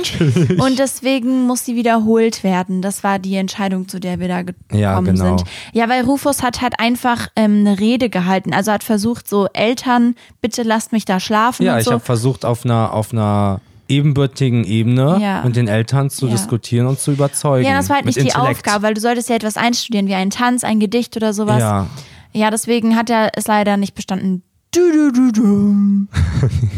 Speaker 1: und deswegen muss sie wiederholt werden. Das war die Entscheidung, zu der wir da gekommen
Speaker 2: Ja, genau.
Speaker 1: sind. Ja, weil Rufus hat halt einfach ähm, eine Rede gehalten. Also hat versucht, so Eltern, bitte lasst mich da schlafen
Speaker 2: ja,
Speaker 1: und
Speaker 2: ich
Speaker 1: so.
Speaker 2: habe versucht, auf einer, auf einer ebenbürtigen Ebene
Speaker 1: Ja.
Speaker 2: mit den Eltern zu
Speaker 1: Ja.
Speaker 2: diskutieren und zu überzeugen.
Speaker 1: Ja, das war halt
Speaker 2: mit
Speaker 1: nicht die
Speaker 2: Intellekt.
Speaker 1: Aufgabe, weil du solltest ja etwas einstudieren, wie einen Tanz, ein Gedicht oder sowas.
Speaker 2: Ja.
Speaker 1: Ja, deswegen hat er es leider nicht bestanden. Du, du, du, du.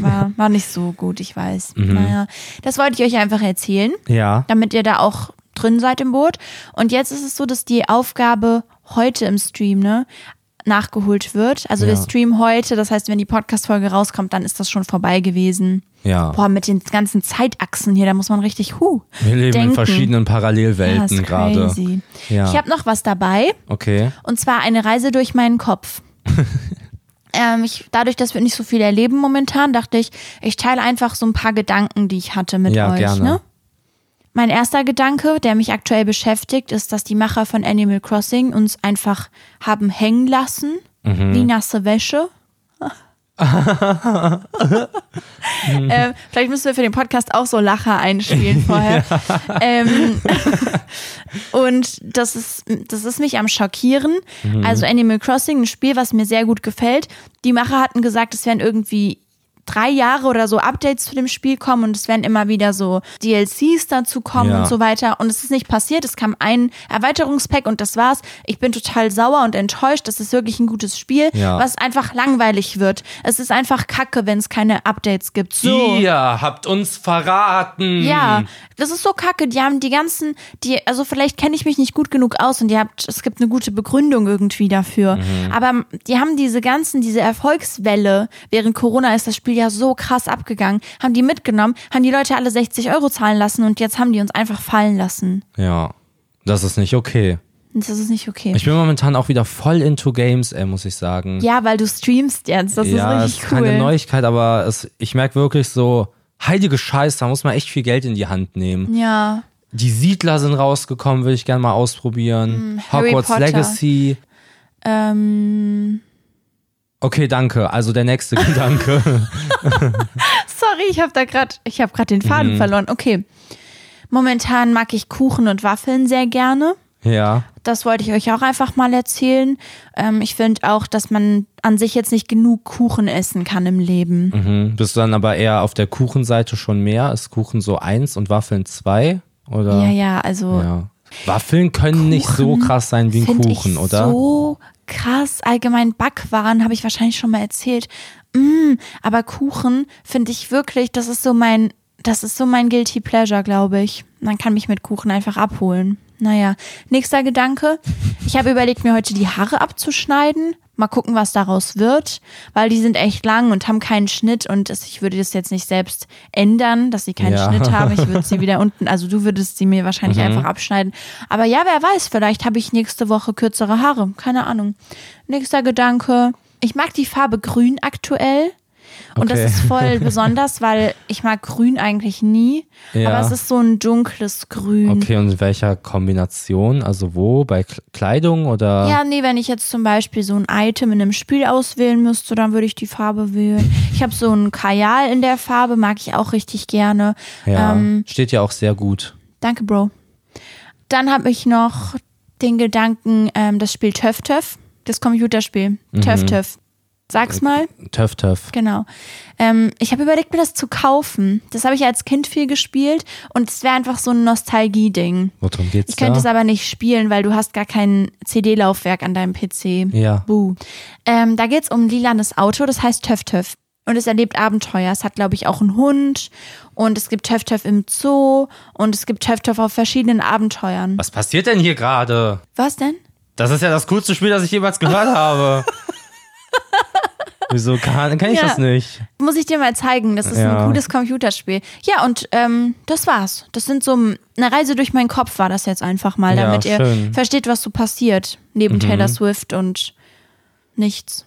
Speaker 1: War, war nicht so gut, ich weiß.
Speaker 2: Mhm.
Speaker 1: Naja, das wollte ich euch einfach erzählen,
Speaker 2: Ja.
Speaker 1: damit ihr da auch drin seid im Boot. Und jetzt ist es so, dass die Aufgabe heute im Stream, ne? nachgeholt wird. Also wir
Speaker 2: Ja.
Speaker 1: streamen heute, das heißt, wenn die Podcast-Folge rauskommt, dann ist das schon vorbei gewesen.
Speaker 2: Ja.
Speaker 1: Boah, mit den ganzen Zeitachsen hier, da muss man richtig, huh,
Speaker 2: Wir leben
Speaker 1: denken.
Speaker 2: in verschiedenen
Speaker 1: Ja, ist
Speaker 2: Parallelwelten gerade.
Speaker 1: crazy.
Speaker 2: Ja.
Speaker 1: Ich habe noch was dabei
Speaker 2: Okay.
Speaker 1: und zwar eine Reise durch meinen Kopf. ähm, ich, dadurch, dass wir nicht so viel erleben momentan, dachte ich, ich teile einfach so ein paar Gedanken, die ich hatte mit
Speaker 2: Ja,
Speaker 1: euch.
Speaker 2: gerne.
Speaker 1: Ne? Mein erster Gedanke, der mich aktuell beschäftigt, ist, dass die Macher von Animal Crossing uns einfach haben hängen lassen,
Speaker 2: Mhm.
Speaker 1: wie nasse Wäsche. ähm, vielleicht müssen wir für den Podcast auch so Lacher einspielen vorher. ähm, und das ist, das ist mich am Schockieren.
Speaker 2: Mhm.
Speaker 1: Also Animal Crossing, ein Spiel, was mir sehr gut gefällt. Die Macher hatten gesagt, es werden irgendwie drei Jahre oder so Updates zu dem Spiel kommen und es werden immer wieder so DLCs dazu kommen
Speaker 2: Ja.
Speaker 1: und so weiter. Und es ist nicht passiert. Es kam ein Erweiterungspack und das war's. Ich bin total sauer und enttäuscht. Das ist wirklich ein gutes Spiel,
Speaker 2: Ja.
Speaker 1: was einfach langweilig wird. Es ist einfach kacke, wenn es keine Updates gibt. So.
Speaker 2: Ihr habt uns verraten.
Speaker 1: Ja, das ist so kacke. Die haben die ganzen, die, also vielleicht kenne ich mich nicht gut genug aus und ihr habt, es gibt eine gute Begründung irgendwie dafür.
Speaker 2: Mhm.
Speaker 1: Aber die haben diese ganzen, diese Erfolgswelle, während Corona ist das Spiel ja so krass abgegangen, haben die mitgenommen, haben die Leute alle 60 Euro zahlen lassen und jetzt haben die uns einfach fallen lassen.
Speaker 2: Ja. Das ist nicht okay.
Speaker 1: Und das ist nicht okay.
Speaker 2: Ich bin momentan auch wieder voll into Games, ey, muss ich sagen.
Speaker 1: ja, weil du streamst jetzt. Das
Speaker 2: ja,
Speaker 1: ist
Speaker 2: es
Speaker 1: richtig
Speaker 2: ist
Speaker 1: cool.
Speaker 2: keine Neuigkeit, aber es, ich merke wirklich so, heilige Scheiße, da muss man echt viel Geld in die Hand nehmen.
Speaker 1: Ja.
Speaker 2: Die Siedler sind rausgekommen, würde ich gerne mal ausprobieren.
Speaker 1: Mhm, Harry
Speaker 2: Hogwarts
Speaker 1: Potter.
Speaker 2: Legacy.
Speaker 1: Ähm,
Speaker 2: Okay, danke. Also der nächste Gedanke.
Speaker 1: sorry, ich habe da gerade, ich habe gerade den
Speaker 2: Mhm.
Speaker 1: Faden verloren. Okay. Momentan mag ich Kuchen und Waffeln sehr gerne.
Speaker 2: ja.
Speaker 1: Das wollte ich euch auch einfach mal erzählen. Ähm, ich finde auch, dass man an sich jetzt nicht genug Kuchen essen kann im Leben.
Speaker 2: Mhm. Bist du dann aber eher auf der Kuchenseite schon mehr? Ist Kuchen so eins und Waffeln zwei? Oder?
Speaker 1: Ja, ja, also
Speaker 2: Ja. Waffeln können nicht so krass sein wie ein
Speaker 1: Find
Speaker 2: Kuchen,
Speaker 1: ich
Speaker 2: oder?
Speaker 1: So krass. Allgemein Backwaren habe ich wahrscheinlich schon mal erzählt. Mm, aber Kuchen finde ich wirklich, das ist so mein, das ist so mein Guilty Pleasure, glaube ich. Man kann mich mit Kuchen einfach abholen. Naja, nächster Gedanke. Ich habe überlegt, mir heute die Haare abzuschneiden. Mal gucken, was daraus wird, weil die sind echt lang und haben keinen Schnitt und es- ich würde das jetzt nicht selbst ändern, dass sie keinen
Speaker 2: Ja.
Speaker 1: Schnitt haben. Ich würde sie wieder unten, also du würdest sie mir wahrscheinlich einfach abschneiden. Aber ja, wer weiß, vielleicht habe ich nächste Woche kürzere Haare. Keine Ahnung. Nächster Gedanke. Ich mag die Farbe grün aktuell. Und
Speaker 2: Okay.
Speaker 1: das ist voll besonders, weil ich mag grün eigentlich nie.
Speaker 2: Ja.
Speaker 1: Aber es ist so ein dunkles Grün.
Speaker 2: Okay, und in welcher Kombination? Also wo? Bei K- Kleidung oder?
Speaker 1: Ja, nee, wenn ich jetzt zum Beispiel so ein Item in einem Spiel auswählen müsste, dann würde ich die Farbe wählen. Ich habe so einen Kajal in der Farbe, mag ich auch richtig gerne.
Speaker 2: Ja.
Speaker 1: Ähm,
Speaker 2: Steht ja auch sehr gut.
Speaker 1: danke, Bro. Dann habe ich noch den Gedanken, ähm, das Spiel Töff Töff, das Computerspiel.
Speaker 2: Mhm.
Speaker 1: Töff Töff. Sag's mal.
Speaker 2: Töff, töff.
Speaker 1: Genau. Ähm, ich habe überlegt, mir das zu kaufen. Das habe ich als Kind viel gespielt und es wäre einfach so ein Nostalgie-Ding.
Speaker 2: Worum geht's
Speaker 1: Ich könnte es
Speaker 2: da?
Speaker 1: aber nicht spielen, weil du hast gar kein CD-Laufwerk an deinem PC.
Speaker 2: Ja.
Speaker 1: Buh. Ähm, da geht's um ein lilanes Auto, das heißt Töff Töff. Und es erlebt Abenteuer. Es hat, glaube ich, auch einen Hund. Und es gibt Töff Töff im Zoo. Und es gibt Töff Töff auf verschiedenen Abenteuern.
Speaker 2: Was passiert denn hier gerade?
Speaker 1: Was denn?
Speaker 2: Das ist ja das coolste Spiel, das ich jemals gehört habe. Wieso kann, kann ich
Speaker 1: Ja.
Speaker 2: das nicht?
Speaker 1: Muss ich dir mal zeigen. Das ist
Speaker 2: Ja.
Speaker 1: ein cooles Computerspiel. Ja, und ähm, das war's. Das sind so m- eine Reise durch meinen Kopf war das jetzt einfach mal,
Speaker 2: Ja,
Speaker 1: damit ihr
Speaker 2: schön. Mhm.
Speaker 1: versteht, was so passiert. Neben Taylor Swift und nichts.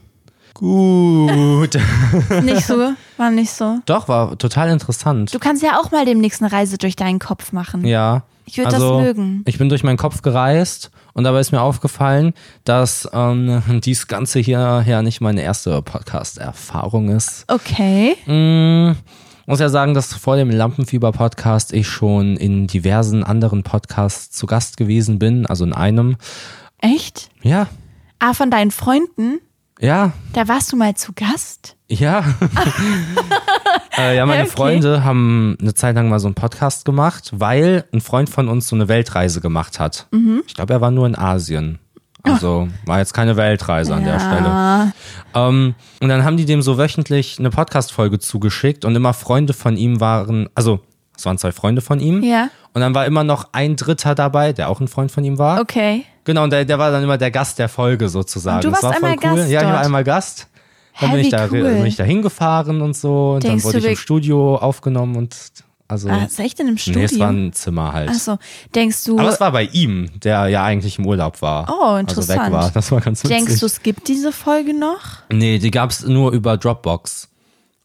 Speaker 2: Gut.
Speaker 1: Nicht so, war nicht so.
Speaker 2: Doch, war total interessant.
Speaker 1: Du kannst ja auch mal demnächst eine Reise durch deinen Kopf machen.
Speaker 2: Ja. Also,
Speaker 1: Ich würd das mögen.
Speaker 2: Ich bin durch meinen Kopf gereist und dabei ist mir aufgefallen, dass ähm, dies Ganze hier ja nicht meine erste Podcast-Erfahrung ist.
Speaker 1: Okay.
Speaker 2: Mm, muss ja sagen, dass vor dem Lampenfieber-Podcast ich schon in diversen anderen Podcasts zu Gast gewesen bin, also in einem.
Speaker 1: Echt?
Speaker 2: Ja,
Speaker 1: Ah, von deinen Freunden?
Speaker 2: ja,
Speaker 1: Da warst du mal zu Gast?
Speaker 2: ja. äh, ja, meine
Speaker 1: Okay.
Speaker 2: Freunde haben eine Zeit lang mal so einen Podcast gemacht, weil ein Freund von uns so eine Weltreise gemacht hat.
Speaker 1: Mhm.
Speaker 2: Ich glaube, er war nur in Asien. Also war jetzt keine Weltreise an der Stelle.
Speaker 1: Ah. Ja.
Speaker 2: Ähm, und dann haben die dem so wöchentlich eine Podcast-Folge zugeschickt und immer Freunde von ihm waren, also es waren zwei Freunde von ihm.
Speaker 1: Ja.
Speaker 2: Und dann war immer noch ein Dritter dabei, der auch ein Freund von ihm war.
Speaker 1: Okay.
Speaker 2: Genau, und der, der war dann immer der Gast der Folge sozusagen.
Speaker 1: Und du
Speaker 2: Das
Speaker 1: warst
Speaker 2: war voll
Speaker 1: einmal
Speaker 2: cool.
Speaker 1: Gast
Speaker 2: Ja, ich war
Speaker 1: dort.
Speaker 2: einmal Gast. Dann
Speaker 1: Hä,
Speaker 2: bin ich,
Speaker 1: wie
Speaker 2: da,
Speaker 1: cool.
Speaker 2: bin ich da hingefahren und so. Und
Speaker 1: Denkst
Speaker 2: dann wurde
Speaker 1: du
Speaker 2: ich im
Speaker 1: wirk-
Speaker 2: Studio aufgenommen und also.
Speaker 1: Ah, ist echt in einem
Speaker 2: nee,
Speaker 1: Studio?
Speaker 2: es war ein Zimmer halt.
Speaker 1: Achso, denkst du,
Speaker 2: Aber es war bei ihm, der ja eigentlich im Urlaub war.
Speaker 1: Oh,
Speaker 2: Also weg
Speaker 1: interessant.
Speaker 2: war. Das war ganz witzig.
Speaker 1: denkst du, es gibt diese Folge noch?
Speaker 2: Nee, die gab's nur über Dropbox.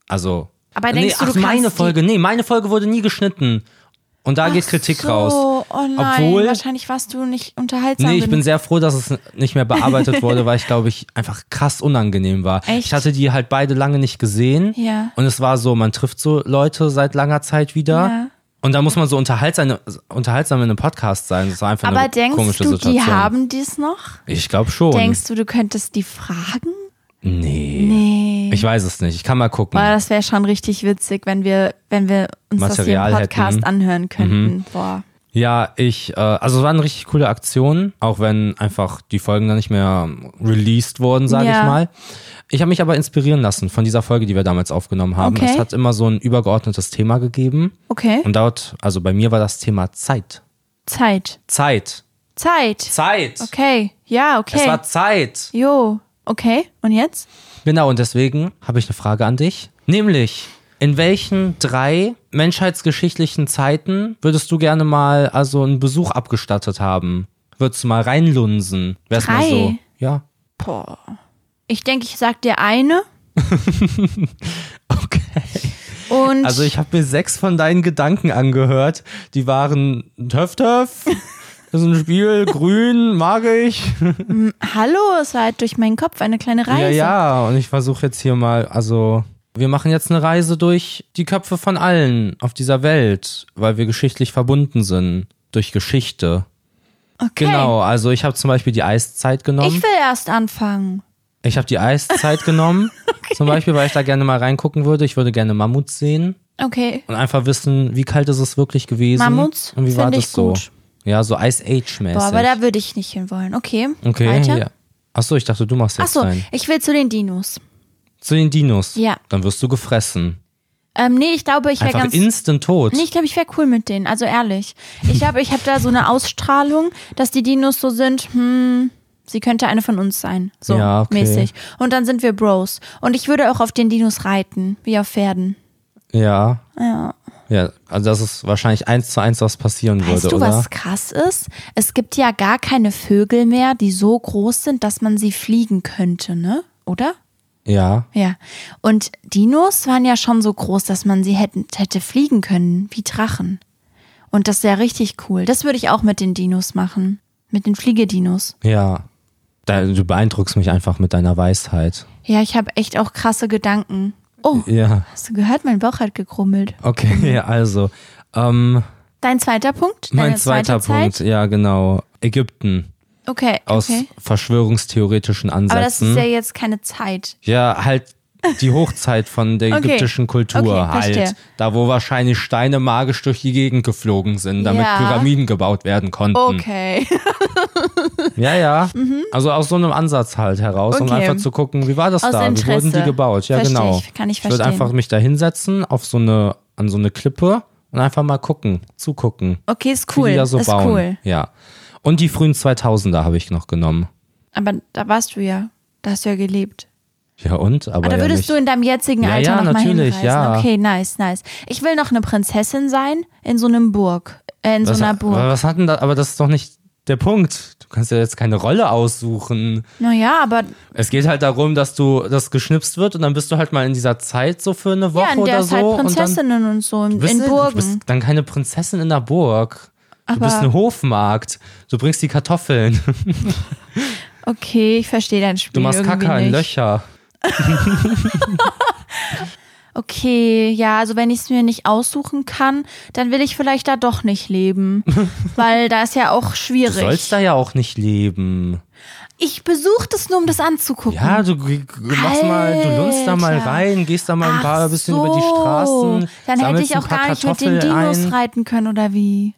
Speaker 2: Also.
Speaker 1: Aber denkst
Speaker 2: nee,
Speaker 1: du, du
Speaker 2: ach, meine
Speaker 1: kannst die-
Speaker 2: Folge, nee, meine Folge wurde nie geschnitten. Und da geht Kritik
Speaker 1: so,
Speaker 2: raus.
Speaker 1: Oh nein,
Speaker 2: Obwohl-
Speaker 1: wahrscheinlich warst du nicht unterhaltsam.
Speaker 2: Nee, ich bin
Speaker 1: genug.
Speaker 2: sehr froh, dass es nicht mehr bearbeitet wurde, weil ich glaube, ich einfach krass unangenehm war.
Speaker 1: Echt?
Speaker 2: Ich hatte die halt beide lange nicht gesehen.
Speaker 1: Ja.
Speaker 2: Und es war so, man trifft so Leute seit langer Zeit wieder.
Speaker 1: Ja.
Speaker 2: Und da muss man so unterhaltsam, unterhaltsam in einem Podcast sein. Das war einfach
Speaker 1: Aber
Speaker 2: eine
Speaker 1: denkst
Speaker 2: komische
Speaker 1: du,
Speaker 2: Situation.
Speaker 1: die haben dies noch?
Speaker 2: ich glaube schon.
Speaker 1: Denkst du, du könntest die fragen?
Speaker 2: nee.
Speaker 1: Nee.
Speaker 2: Ich weiß es nicht. Ich kann mal gucken.
Speaker 1: Boah, das wäre schon richtig witzig, wenn wir, wenn wir uns
Speaker 2: Material
Speaker 1: das hier im Podcast
Speaker 2: hätten. Mhm.
Speaker 1: anhören könnten. Boah.
Speaker 2: Ja, ich, äh, also es war eine richtig coole Aktion, auch wenn einfach die Folgen dann nicht mehr ähm, released wurden, sage
Speaker 1: Ja.
Speaker 2: ich mal. Ich habe mich aber inspirieren lassen von dieser Folge, die wir damals aufgenommen haben.
Speaker 1: Okay.
Speaker 2: Es hat immer so ein übergeordnetes Thema gegeben.
Speaker 1: Okay.
Speaker 2: Und dort, also bei mir war das Thema Zeit.
Speaker 1: Zeit.
Speaker 2: Zeit.
Speaker 1: Zeit.
Speaker 2: Zeit.
Speaker 1: Okay. Ja, okay.
Speaker 2: Es war Zeit.
Speaker 1: Jo, okay. Und jetzt?
Speaker 2: Genau, und deswegen habe ich eine Frage an dich. Nämlich, in welchen drei menschheitsgeschichtlichen Zeiten würdest du gerne mal also einen Besuch abgestattet haben? Würdest du mal reinlunsen? Wär's mal
Speaker 1: Drei?
Speaker 2: so? Ja.
Speaker 1: Boah. Ich denke, ich sag dir eine.
Speaker 2: Okay.
Speaker 1: Und
Speaker 2: Also ich habe mir sechs von deinen Gedanken angehört. Die waren Töff Töff, das ist ein Spiel, grün, mag ich.
Speaker 1: hallo, es war halt durch meinen Kopf eine kleine Reise.
Speaker 2: Ja, ja, und ich versuche jetzt hier mal, also wir machen jetzt eine Reise durch die Köpfe von allen auf dieser Welt, weil wir geschichtlich verbunden sind, durch Geschichte.
Speaker 1: Okay.
Speaker 2: Genau, also ich habe zum Beispiel die Eiszeit genommen.
Speaker 1: Ich will erst anfangen.
Speaker 2: Ich habe die Eiszeit genommen, zum Beispiel, weil ich da gerne mal reingucken würde. Ich würde gerne Mammuts sehen
Speaker 1: Okay.
Speaker 2: und einfach wissen, wie kalt ist es wirklich gewesen.
Speaker 1: Mammuts
Speaker 2: und wie war
Speaker 1: find ich
Speaker 2: das so?
Speaker 1: gut.
Speaker 2: Ja, so Ice Age-mäßig.
Speaker 1: Boah, aber da würde ich nicht hinwollen. Okay.
Speaker 2: okay,
Speaker 1: Weiter.
Speaker 2: ja. Achso, ich dachte, du machst jetzt
Speaker 1: Achso,
Speaker 2: einen.
Speaker 1: ich will zu den Dinos.
Speaker 2: Zu den Dinos.
Speaker 1: Ja.
Speaker 2: Dann wirst du gefressen.
Speaker 1: Ähm, nee, ich glaube, ich wäre
Speaker 2: Einfach
Speaker 1: ganz.
Speaker 2: instant tot.
Speaker 1: Nee, ich glaube, ich wäre cool mit denen, also ehrlich. Ich glaube, ich habe da so eine Ausstrahlung, dass die Dinos so sind, hm, sie könnte eine von uns sein. So
Speaker 2: Ja, okay.
Speaker 1: mäßig. Und dann sind wir Bros. Und ich würde auch auf den Dinos reiten, wie auf Pferden.
Speaker 2: Ja.
Speaker 1: Ja.
Speaker 2: Ja, also das ist wahrscheinlich eins zu eins, was passieren
Speaker 1: Weißt
Speaker 2: würde,
Speaker 1: du,
Speaker 2: oder?
Speaker 1: was krass ist? Es gibt ja gar keine Vögel mehr, die so groß sind, dass man sie fliegen könnte, ne? Oder?
Speaker 2: Ja.
Speaker 1: Ja. Und Dinos waren ja schon so groß, dass man sie hätten, hätte fliegen können, wie Drachen. Und das wäre richtig cool. Das würde ich auch mit den Dinos machen. Mit den Fliegedinos.
Speaker 2: Ja. Da, du beeindruckst mich einfach mit deiner Weisheit.
Speaker 1: Ja, ich habe echt auch krasse Gedanken. Oh,
Speaker 2: Ja.
Speaker 1: hast du gehört? Mein Bauch hat gekrummelt.
Speaker 2: Okay, also. Ähm,
Speaker 1: Dein zweiter Punkt? Mhm. Deine
Speaker 2: mein zweiter
Speaker 1: zweite Zeit?
Speaker 2: Punkt, ja, genau. Ägypten.
Speaker 1: Okay,
Speaker 2: Aus
Speaker 1: okay.
Speaker 2: verschwörungstheoretischen Ansätzen.
Speaker 1: Aber das ist ja jetzt keine Zeit.
Speaker 2: Ja, halt die Hochzeit von der
Speaker 1: Okay.
Speaker 2: ägyptischen Kultur
Speaker 1: Okay, verstehe.
Speaker 2: halt. Da, wo wahrscheinlich Steine magisch durch die Gegend geflogen sind, damit
Speaker 1: Ja.
Speaker 2: Pyramiden gebaut werden konnten.
Speaker 1: Okay.
Speaker 2: Ja, ja. Also aus so einem Ansatz halt heraus, um
Speaker 1: Mhm. Okay.
Speaker 2: einfach zu gucken, wie war das
Speaker 1: Aus
Speaker 2: da? Wie
Speaker 1: Interesse.
Speaker 2: wurden die gebaut? Ja,
Speaker 1: Verstehe
Speaker 2: genau.
Speaker 1: ich, kann ich
Speaker 2: Ich würde
Speaker 1: verstehen.
Speaker 2: einfach mich da hinsetzen auf so eine, an so eine Klippe und einfach mal gucken, zugucken,
Speaker 1: Okay, ist
Speaker 2: wie
Speaker 1: cool.
Speaker 2: die da so
Speaker 1: ist
Speaker 2: bauen.
Speaker 1: cool.
Speaker 2: Ja. Und die frühen 2000er habe ich noch genommen.
Speaker 1: Aber da warst du ja. Da hast du ja gelebt.
Speaker 2: Ja und? Aber
Speaker 1: Ah, da
Speaker 2: ja
Speaker 1: würdest
Speaker 2: nicht.
Speaker 1: du in deinem jetzigen
Speaker 2: Ja,
Speaker 1: Alter
Speaker 2: ja,
Speaker 1: nochmal
Speaker 2: natürlich,
Speaker 1: hinreisen.
Speaker 2: ja.
Speaker 1: Okay, nice, nice. Ich will noch eine Prinzessin sein in so einem Burg. Äh, in
Speaker 2: was,
Speaker 1: so einer Burg.
Speaker 2: aber was hatten da? Aber das ist doch nicht der Punkt. Du kannst ja jetzt keine Rolle aussuchen.
Speaker 1: Naja, aber
Speaker 2: Es geht halt darum, dass du das geschnipst wird und dann bist du halt mal in dieser Zeit so für eine Woche
Speaker 1: ja, in der
Speaker 2: oder
Speaker 1: ist halt
Speaker 2: so und dann
Speaker 1: Prinzessinnen und so in,
Speaker 2: bist
Speaker 1: in
Speaker 2: du-
Speaker 1: Burgen.
Speaker 2: Du bist dann keine Prinzessin in der Burg. Du
Speaker 1: Aber-
Speaker 2: bist eine Hofmarkt. Du bringst die Kartoffeln.
Speaker 1: okay, ich verstehe dein Spiel.
Speaker 2: Du machst
Speaker 1: irgendwie
Speaker 2: Kaka in
Speaker 1: nicht.
Speaker 2: Löcher.
Speaker 1: Okay, ja, also wenn ich es mir nicht aussuchen kann, dann will ich vielleicht da doch nicht leben. weil da ist ja auch
Speaker 2: Du sollst
Speaker 1: schwierig.
Speaker 2: da ja auch nicht leben.
Speaker 1: Ich besuche das nur, um das anzugucken.
Speaker 2: Ja, du g- g- machst mal, du lunst da mal
Speaker 1: Alter.
Speaker 2: rein, gehst da mal ein
Speaker 1: Ach
Speaker 2: paar bisschen
Speaker 1: so.
Speaker 2: über die Straßen.
Speaker 1: Dann hätte
Speaker 2: sammelst
Speaker 1: ich
Speaker 2: ein
Speaker 1: auch
Speaker 2: paar
Speaker 1: gar nicht mit den
Speaker 2: Kartoffeln
Speaker 1: Dinos
Speaker 2: ein.
Speaker 1: reiten können, oder wie?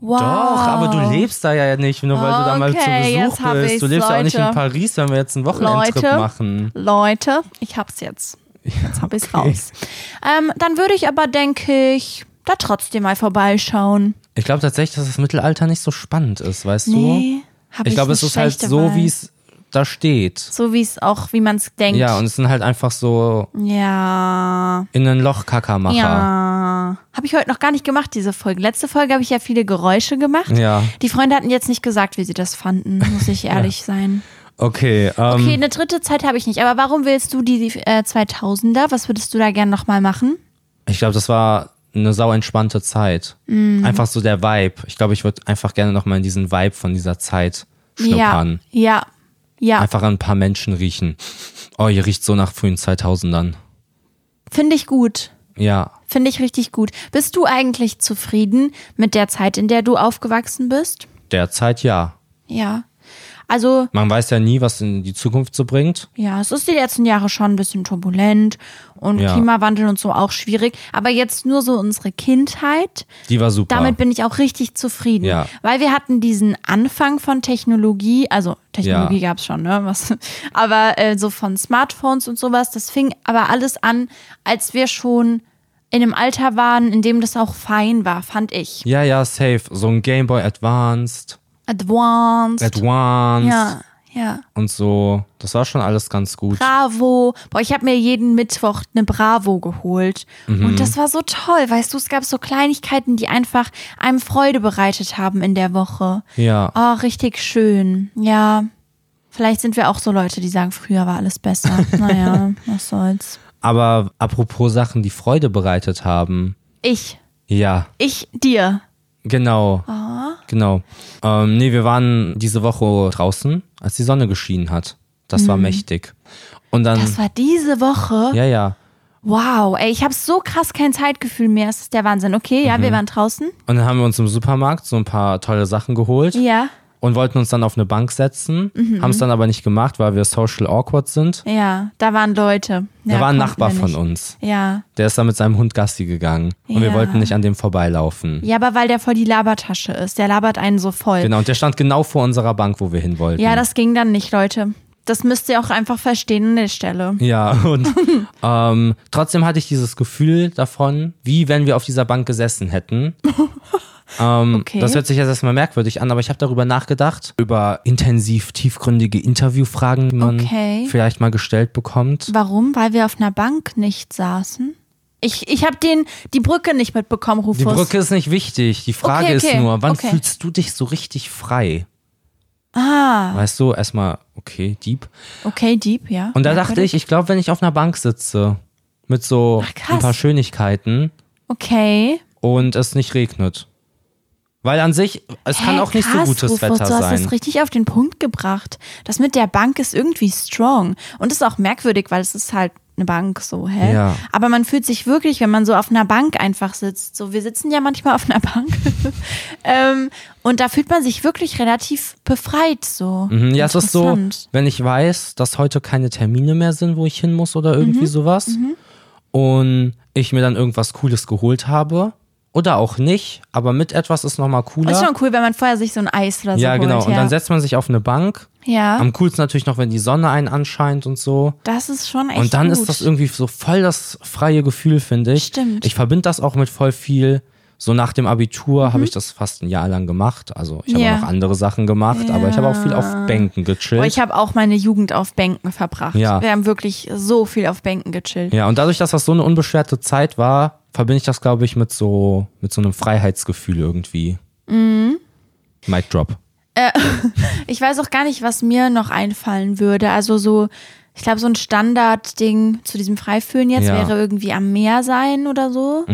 Speaker 1: Wow.
Speaker 2: Doch, aber du lebst da ja nicht, nur weil du da mal zu
Speaker 1: Oh. Okay,
Speaker 2: Besuch
Speaker 1: jetzt hab
Speaker 2: bist. Du
Speaker 1: ich's,
Speaker 2: lebst ja auch nicht in
Speaker 1: Leute.
Speaker 2: Paris, wenn wir jetzt einen Wochenendtrip
Speaker 1: Leute.
Speaker 2: machen.
Speaker 1: Leute, ich hab's jetzt. Jetzt hab ich's raus. Ähm, dann würde ich aber, denke ich, da trotzdem mal vorbeischauen.
Speaker 2: Ich glaube tatsächlich, dass das Mittelalter nicht so spannend ist, weißt du?
Speaker 1: Nee, hab
Speaker 2: Ich glaube,
Speaker 1: eine
Speaker 2: es ist halt
Speaker 1: schlechte
Speaker 2: so,
Speaker 1: Wahl.
Speaker 2: wie es da steht.
Speaker 1: So wie es auch, wie man es denkt.
Speaker 2: Ja, und es sind halt einfach so
Speaker 1: ja.
Speaker 2: in ein Loch Kackermacher.
Speaker 1: Ja. Habe ich heute noch gar nicht gemacht, diese Folge. Letzte Folge habe ich ja viele Geräusche gemacht.
Speaker 2: Ja.
Speaker 1: Die Freunde hatten jetzt nicht gesagt, wie sie das fanden, muss ich ehrlich sein.
Speaker 2: Okay, ähm,
Speaker 1: Okay, eine dritte Zeit habe ich nicht. Aber warum willst du die äh, 2000er? Was würdest du da gern nochmal machen?
Speaker 2: ich glaube, das war eine sau entspannte Zeit.
Speaker 1: Mhm.
Speaker 2: Einfach so der Vibe. Ich glaube, ich würde einfach gerne nochmal in diesen Vibe von dieser Zeit schnuppern.
Speaker 1: Ja, ja, ja.
Speaker 2: Einfach an ein paar Menschen riechen. Oh, hier riecht so nach frühen 2000ern.
Speaker 1: Finde ich gut.
Speaker 2: Ja.
Speaker 1: Finde ich richtig gut. Bist du eigentlich zufrieden mit der Zeit, in der du aufgewachsen bist?
Speaker 2: Derzeit ja.
Speaker 1: Ja. Also,
Speaker 2: Man weiß ja nie, was in die Zukunft so bringt.
Speaker 1: ja, es ist die letzten Jahre schon ein bisschen turbulent und
Speaker 2: Ja.
Speaker 1: Klimawandel und so auch schwierig. Aber jetzt nur so unsere Kindheit,
Speaker 2: Die war super.
Speaker 1: damit bin ich auch richtig zufrieden.
Speaker 2: Ja.
Speaker 1: Weil wir hatten diesen Anfang von Technologie, also Technologie gab's schon, ne? Was, aber äh, so von Smartphones und sowas, das fing aber alles an, als wir schon in einem Alter waren, in dem das auch fein war, fand ich.
Speaker 2: ja, ja, safe. So ein Game Boy Advanced,
Speaker 1: Advanced.
Speaker 2: Advanced
Speaker 1: ja, ja.
Speaker 2: und so. Das war schon alles ganz gut.
Speaker 1: Bravo. Boah, ich habe mir jeden Mittwoch eine Bravo geholt. Und das war so toll, weißt du, es gab so Kleinigkeiten, die einfach einem Freude bereitet haben in der Woche.
Speaker 2: Ja.
Speaker 1: Oh, richtig schön. Ja. Vielleicht sind wir auch so Leute, die sagen, früher war alles besser. Naja, was soll's.
Speaker 2: Aber apropos Sachen, die Freude bereitet haben.
Speaker 1: Ich.
Speaker 2: Ja,
Speaker 1: Ich dir.
Speaker 2: genau. Genau. Ähm, nee, wir waren diese Woche draußen, als die Sonne geschienen hat. Das war mächtig. Und dann.
Speaker 1: Mhm. Das war diese Woche.
Speaker 2: Hm. ja, ja.
Speaker 1: Wow, ey, ich habe so krass kein Zeitgefühl mehr. Es ist der Wahnsinn. Okay, ja,
Speaker 2: Mhm.
Speaker 1: wir waren draußen.
Speaker 2: Und dann haben wir uns im Supermarkt so ein paar tolle Sachen geholt
Speaker 1: Ja, Mhm.
Speaker 2: und wollten uns dann auf eine Bank setzen, haben es dann aber nicht gemacht, weil wir social awkward sind.
Speaker 1: ja, da waren Leute. Ja,
Speaker 2: da war ein
Speaker 1: konnten
Speaker 2: Nachbar
Speaker 1: wir
Speaker 2: von
Speaker 1: nicht.
Speaker 2: uns,
Speaker 1: Ja.
Speaker 2: der ist dann mit seinem Hund Gassi gegangen und wir
Speaker 1: Ja.
Speaker 2: wollten nicht an dem vorbeilaufen.
Speaker 1: Ja, aber weil der voll die Labertasche ist. Der labert einen so voll.
Speaker 2: Genau, und der stand genau vor unserer Bank, wo wir hin wollten.
Speaker 1: Ja, das ging dann nicht, Leute. Das müsst ihr auch einfach verstehen an der Stelle.
Speaker 2: Ja, und ähm, trotzdem hatte ich dieses Gefühl davon, wie wenn wir auf dieser Bank gesessen hätten. Ähm,
Speaker 1: Okay.
Speaker 2: Das hört sich jetzt erstmal merkwürdig an, aber ich habe darüber nachgedacht, über intensiv tiefgründige Interviewfragen, die man
Speaker 1: Okay.
Speaker 2: vielleicht mal gestellt bekommt.
Speaker 1: Warum? Weil wir auf einer Bank nicht saßen? Ich, ich habe den die Brücke nicht mitbekommen, Rufus.
Speaker 2: Die Brücke ist nicht wichtig. Die Frage
Speaker 1: Okay, okay,
Speaker 2: ist nur, wann
Speaker 1: okay.
Speaker 2: fühlst du dich so richtig frei? Ah. Weißt du, erstmal, okay, deep.
Speaker 1: Okay, deep, ja.
Speaker 2: Und da dachte
Speaker 1: Merkwürdig.
Speaker 2: ich, ich glaube, wenn ich auf einer Bank sitze mit so
Speaker 1: Ach, krass.
Speaker 2: ein paar Schönigkeiten,
Speaker 1: Okay.
Speaker 2: und es nicht regnet. Weil an sich, es kann
Speaker 1: Hä,
Speaker 2: auch nicht
Speaker 1: krass,
Speaker 2: so gutes
Speaker 1: Rufus,
Speaker 2: Wetter
Speaker 1: du hast
Speaker 2: sein.
Speaker 1: das richtig auf den Punkt gebracht. Das mit der Bank ist irgendwie strong. Und ist auch merkwürdig, weil es ist halt eine Bank so, hä?
Speaker 2: Ja.
Speaker 1: Aber man fühlt sich wirklich, wenn man so auf einer Bank einfach sitzt, so wir sitzen ja manchmal auf einer Bank. ähm, und da fühlt man sich wirklich relativ befreit so.
Speaker 2: Mhm, Ja, es ist so,
Speaker 1: Interessant.
Speaker 2: wenn ich weiß, dass heute keine Termine mehr sind, wo ich hin muss oder
Speaker 1: Mhm,
Speaker 2: irgendwie sowas und ich mir dann irgendwas Cooles geholt habe oder auch nicht, aber mit etwas ist nochmal
Speaker 1: Und
Speaker 2: cooler.
Speaker 1: ist schon cool, wenn man vorher sich so ein Eis oder so
Speaker 2: ja,
Speaker 1: holt.
Speaker 2: genau. Und
Speaker 1: ja. Ah.
Speaker 2: dann setzt man sich auf eine Bank.
Speaker 1: ja,
Speaker 2: Am coolsten natürlich noch, wenn die Sonne einen anscheint und so.
Speaker 1: das ist schon echt
Speaker 2: Und dann
Speaker 1: gut.
Speaker 2: ist das irgendwie so voll das freie Gefühl, finde ich.
Speaker 1: Stimmt.
Speaker 2: Ich verbinde das auch mit voll viel. So nach dem Abitur habe ich das fast ein Jahr lang gemacht. Also ich habe
Speaker 1: Mhm. Ja.
Speaker 2: noch andere Sachen gemacht, aber ich habe auch viel auf Bänken
Speaker 1: Boah,
Speaker 2: gechillt.
Speaker 1: ich habe auch meine Jugend auf Bänken verbracht.
Speaker 2: Ja.
Speaker 1: Wir haben wirklich so viel auf Bänken gechillt.
Speaker 2: ja, und dadurch, dass das so eine unbeschwerte Zeit war, verbinde ich das, glaube ich, mit so, mit so einem Freiheitsgefühl irgendwie. Mhm. Mic drop.
Speaker 1: Ich weiß auch gar nicht, was mir noch einfallen würde. Also so, ich glaube, so ein Standardding zu diesem Freifühlen jetzt
Speaker 2: Ja. Mhm.
Speaker 1: wäre irgendwie am Meer sein oder so.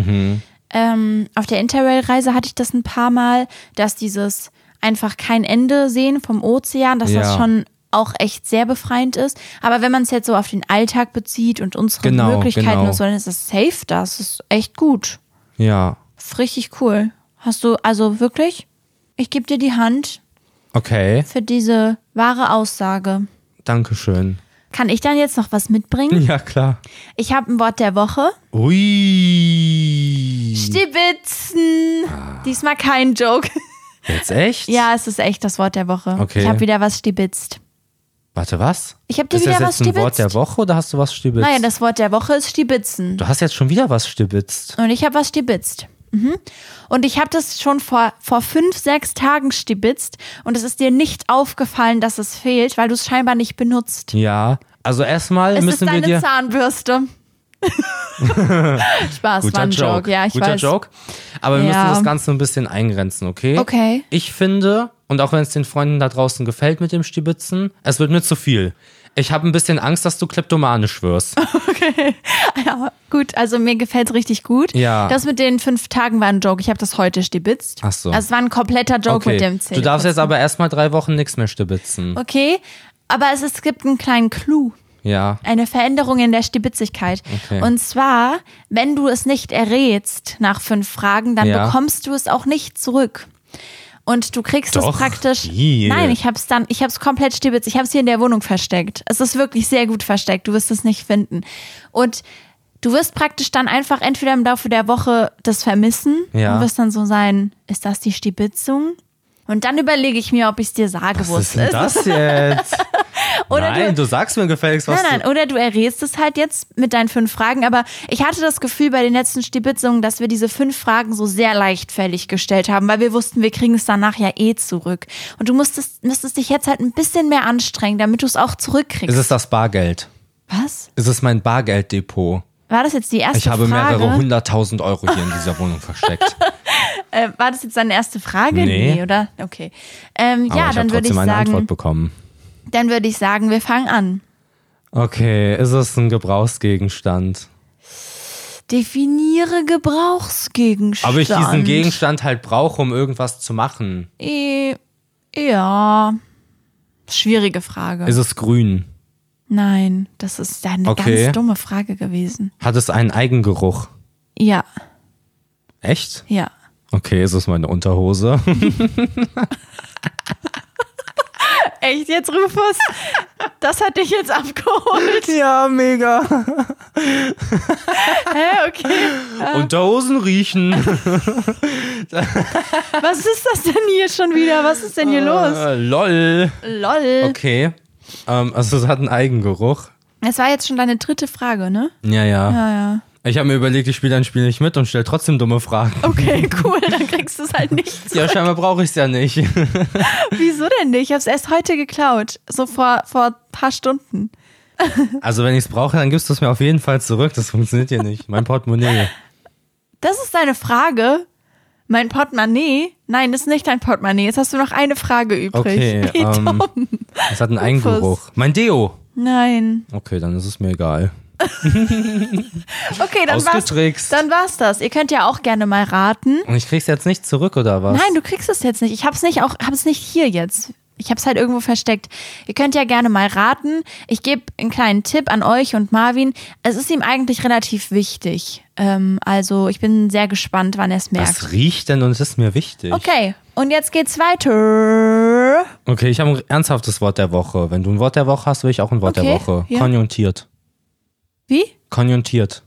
Speaker 1: Ähm, auf der Interrail-Reise hatte ich das ein paar Mal, dass dieses einfach kein Ende sehen vom Ozean, dass das
Speaker 2: Ja.
Speaker 1: schon auch echt sehr befreiend ist. Aber wenn man es jetzt so auf den Alltag bezieht und unsere
Speaker 2: Genau,
Speaker 1: Möglichkeiten
Speaker 2: genau.
Speaker 1: und so, dann ist das safe da. Das ist echt gut.
Speaker 2: Ja.
Speaker 1: Ist richtig cool. Hast du, also wirklich, ich gebe dir die Hand
Speaker 2: Okay.
Speaker 1: für diese wahre Aussage.
Speaker 2: Dankeschön.
Speaker 1: Kann ich dann jetzt noch was mitbringen?
Speaker 2: Ja, klar.
Speaker 1: Ich habe ein Wort der Woche.
Speaker 2: Ui.
Speaker 1: Stibitzen.
Speaker 2: Ah.
Speaker 1: Diesmal kein Joke.
Speaker 2: Jetzt echt?
Speaker 1: Ja, es ist echt das Wort der Woche.
Speaker 2: Okay.
Speaker 1: Ich habe wieder was stibitzt.
Speaker 2: Warte, was?
Speaker 1: Ich hab dir
Speaker 2: ist
Speaker 1: wieder
Speaker 2: das jetzt
Speaker 1: was
Speaker 2: ein
Speaker 1: stibitzt.
Speaker 2: Wort der Woche oder hast du was stibitzt?
Speaker 1: Naja, das Wort der Woche ist stibitzen.
Speaker 2: du hast jetzt schon wieder was stibitzt.
Speaker 1: Und ich habe was stibitzt. Mhm. Und ich habe das schon vor, vor fünf, sechs Tagen stibitzt und es ist dir nicht aufgefallen, dass es fehlt, weil du es scheinbar nicht benutzt.
Speaker 2: Ja, also erstmal
Speaker 1: Es ist
Speaker 2: müssen wir
Speaker 1: deine
Speaker 2: dir.
Speaker 1: Zahnbürste. Spaß, war
Speaker 2: Guter
Speaker 1: ein Joke. Ja, ich
Speaker 2: Guter
Speaker 1: weiß.
Speaker 2: Joke. Aber wir
Speaker 1: Ja.
Speaker 2: müssen das Ganze ein bisschen eingrenzen, okay?
Speaker 1: Okay.
Speaker 2: Ich finde, und auch wenn es den Freunden da draußen gefällt mit dem Stibitzen, es wird mir zu viel. Ich habe ein bisschen Angst, dass du kleptomanisch wirst.
Speaker 1: Ja, gut, also mir gefällt es richtig gut.
Speaker 2: Ja.
Speaker 1: Das mit den fünf Tagen war ein Joke. Ich habe das heute stibitzt.
Speaker 2: Ach so.
Speaker 1: Also es war ein kompletter Joke
Speaker 2: Okay.
Speaker 1: mit dem
Speaker 2: du
Speaker 1: Zähneputzen.
Speaker 2: darfst jetzt aber erstmal drei Wochen nichts mehr stibitzen.
Speaker 1: Okay, aber es, es gibt einen kleinen Clou.
Speaker 2: Ja.
Speaker 1: Eine Veränderung in der Stibitzigkeit.
Speaker 2: Okay.
Speaker 1: Und zwar, wenn du es nicht errätst nach fünf Fragen, dann
Speaker 2: Ja.
Speaker 1: bekommst du es auch nicht zurück. Und du kriegst
Speaker 2: Doch,
Speaker 1: es praktisch.
Speaker 2: viel.
Speaker 1: Nein, ich hab's dann, ich hab's komplett stibitzt. Ich hab's hier in der Wohnung versteckt. Es ist wirklich sehr gut versteckt. Du wirst es nicht finden. Und du wirst praktisch dann einfach entweder im Laufe der Woche das vermissen
Speaker 2: Ja.
Speaker 1: und wirst dann so sein, ist das die Stibitzung? Und dann überlege ich mir, ob ich es dir sage, wo
Speaker 2: Was
Speaker 1: es
Speaker 2: ist denn
Speaker 1: ist.
Speaker 2: das jetzt?
Speaker 1: Oder
Speaker 2: nein, du, sagst mir gefälligst, was
Speaker 1: Nein, nein, oder du errätst es halt jetzt mit deinen fünf Fragen, aber ich hatte das Gefühl bei den letzten Stibitzungen, dass wir diese fünf Fragen so sehr leichtfällig gestellt haben, weil wir wussten, wir kriegen es danach ja eh zurück. Und du musstest, müsstest dich jetzt halt ein bisschen mehr anstrengen, damit du es auch
Speaker 2: du. Ist
Speaker 1: zurückkriegst.
Speaker 2: es das Bargeld?
Speaker 1: Was?
Speaker 2: Ist es mein Bargelddepot?
Speaker 1: War das jetzt die erste
Speaker 2: Ich habe
Speaker 1: Frage?
Speaker 2: mehrere hunderttausend Euro hier in dieser Wohnung versteckt.
Speaker 1: äh, war das jetzt deine erste Frage?
Speaker 2: Nee.
Speaker 1: oder? Okay. Ähm,
Speaker 2: Aber
Speaker 1: ja,
Speaker 2: ich
Speaker 1: dann
Speaker 2: habe
Speaker 1: würde ich
Speaker 2: trotzdem eine Antwort
Speaker 1: sagen,
Speaker 2: bekommen.
Speaker 1: dann würde ich sagen, wir fangen an.
Speaker 2: Okay, ist es ein Gebrauchsgegenstand?
Speaker 1: Definiere Gebrauchsgegenstand.
Speaker 2: Aber ich diesen Gegenstand halt brauche, um irgendwas zu machen.
Speaker 1: Eh, ja. Schwierige Frage.
Speaker 2: Ist es grün?
Speaker 1: Nein, das ist eine
Speaker 2: Okay.
Speaker 1: ganz dumme Frage gewesen.
Speaker 2: Hat es einen Eigengeruch?
Speaker 1: Ja,
Speaker 2: Echt?
Speaker 1: ja.
Speaker 2: Okay, ist es meine Unterhose?
Speaker 1: Echt jetzt, Rufus? Das hat dich jetzt abgeholt.
Speaker 2: ja, mega.
Speaker 1: Hä, okay.
Speaker 2: Unterhosen riechen.
Speaker 1: Was ist das denn hier schon wieder? Was ist denn hier los?
Speaker 2: Äh, lol.
Speaker 1: Lol.
Speaker 2: Okay. Ähm, also es hat einen Eigengeruch.
Speaker 1: Es war jetzt schon deine dritte Frage, ne?
Speaker 2: Ja, ja.
Speaker 1: Ja, ja.
Speaker 2: Ich habe mir überlegt, ich spiele ein Spiel nicht mit und stelle trotzdem dumme Fragen.
Speaker 1: Okay, cool, dann kriegst du es halt nicht.
Speaker 2: Ja, scheinbar brauche ich es ja nicht.
Speaker 1: Wieso denn nicht? Ich hab's erst heute geklaut. So vor, vor ein paar Stunden.
Speaker 2: Also wenn ich es brauche, dann gibst du es mir auf jeden Fall zurück. Das funktioniert hier nicht. Mein Portemonnaie.
Speaker 1: Das ist deine Frage. Mein Portemonnaie? Nein, das ist nicht dein Portemonnaie. Jetzt hast du noch eine Frage übrig.
Speaker 2: Okay,
Speaker 1: Wie
Speaker 2: ähm,
Speaker 1: dumm.
Speaker 2: Es hat einen Eigengeruch. Mein Deo.
Speaker 1: Nein.
Speaker 2: Okay, dann ist es mir egal.
Speaker 1: Okay, dann war's,
Speaker 2: Ausgetrickst.
Speaker 1: dann war's das. Ihr könnt ja auch gerne mal raten.
Speaker 2: Und ich krieg's jetzt nicht zurück, oder was?
Speaker 1: Nein, du kriegst es jetzt nicht. Ich hab's nicht auch, hab's nicht hier jetzt. Ich hab's halt irgendwo versteckt. Ihr könnt ja gerne mal raten. Ich gebe einen kleinen Tipp an euch und Marvin. Es ist ihm eigentlich relativ wichtig. Ähm, also ich bin sehr gespannt, wann er es merkt.
Speaker 2: Was riecht denn und es ist mir wichtig?
Speaker 1: Okay, und jetzt geht's weiter.
Speaker 2: Okay, ich habe ein ernsthaftes Wort der Woche. Wenn du ein Wort der Woche hast, will ich auch ein Wort
Speaker 1: Okay,
Speaker 2: der Woche.
Speaker 1: ja.
Speaker 2: Konjunktiert.
Speaker 1: Wie?
Speaker 2: Konjunktiert.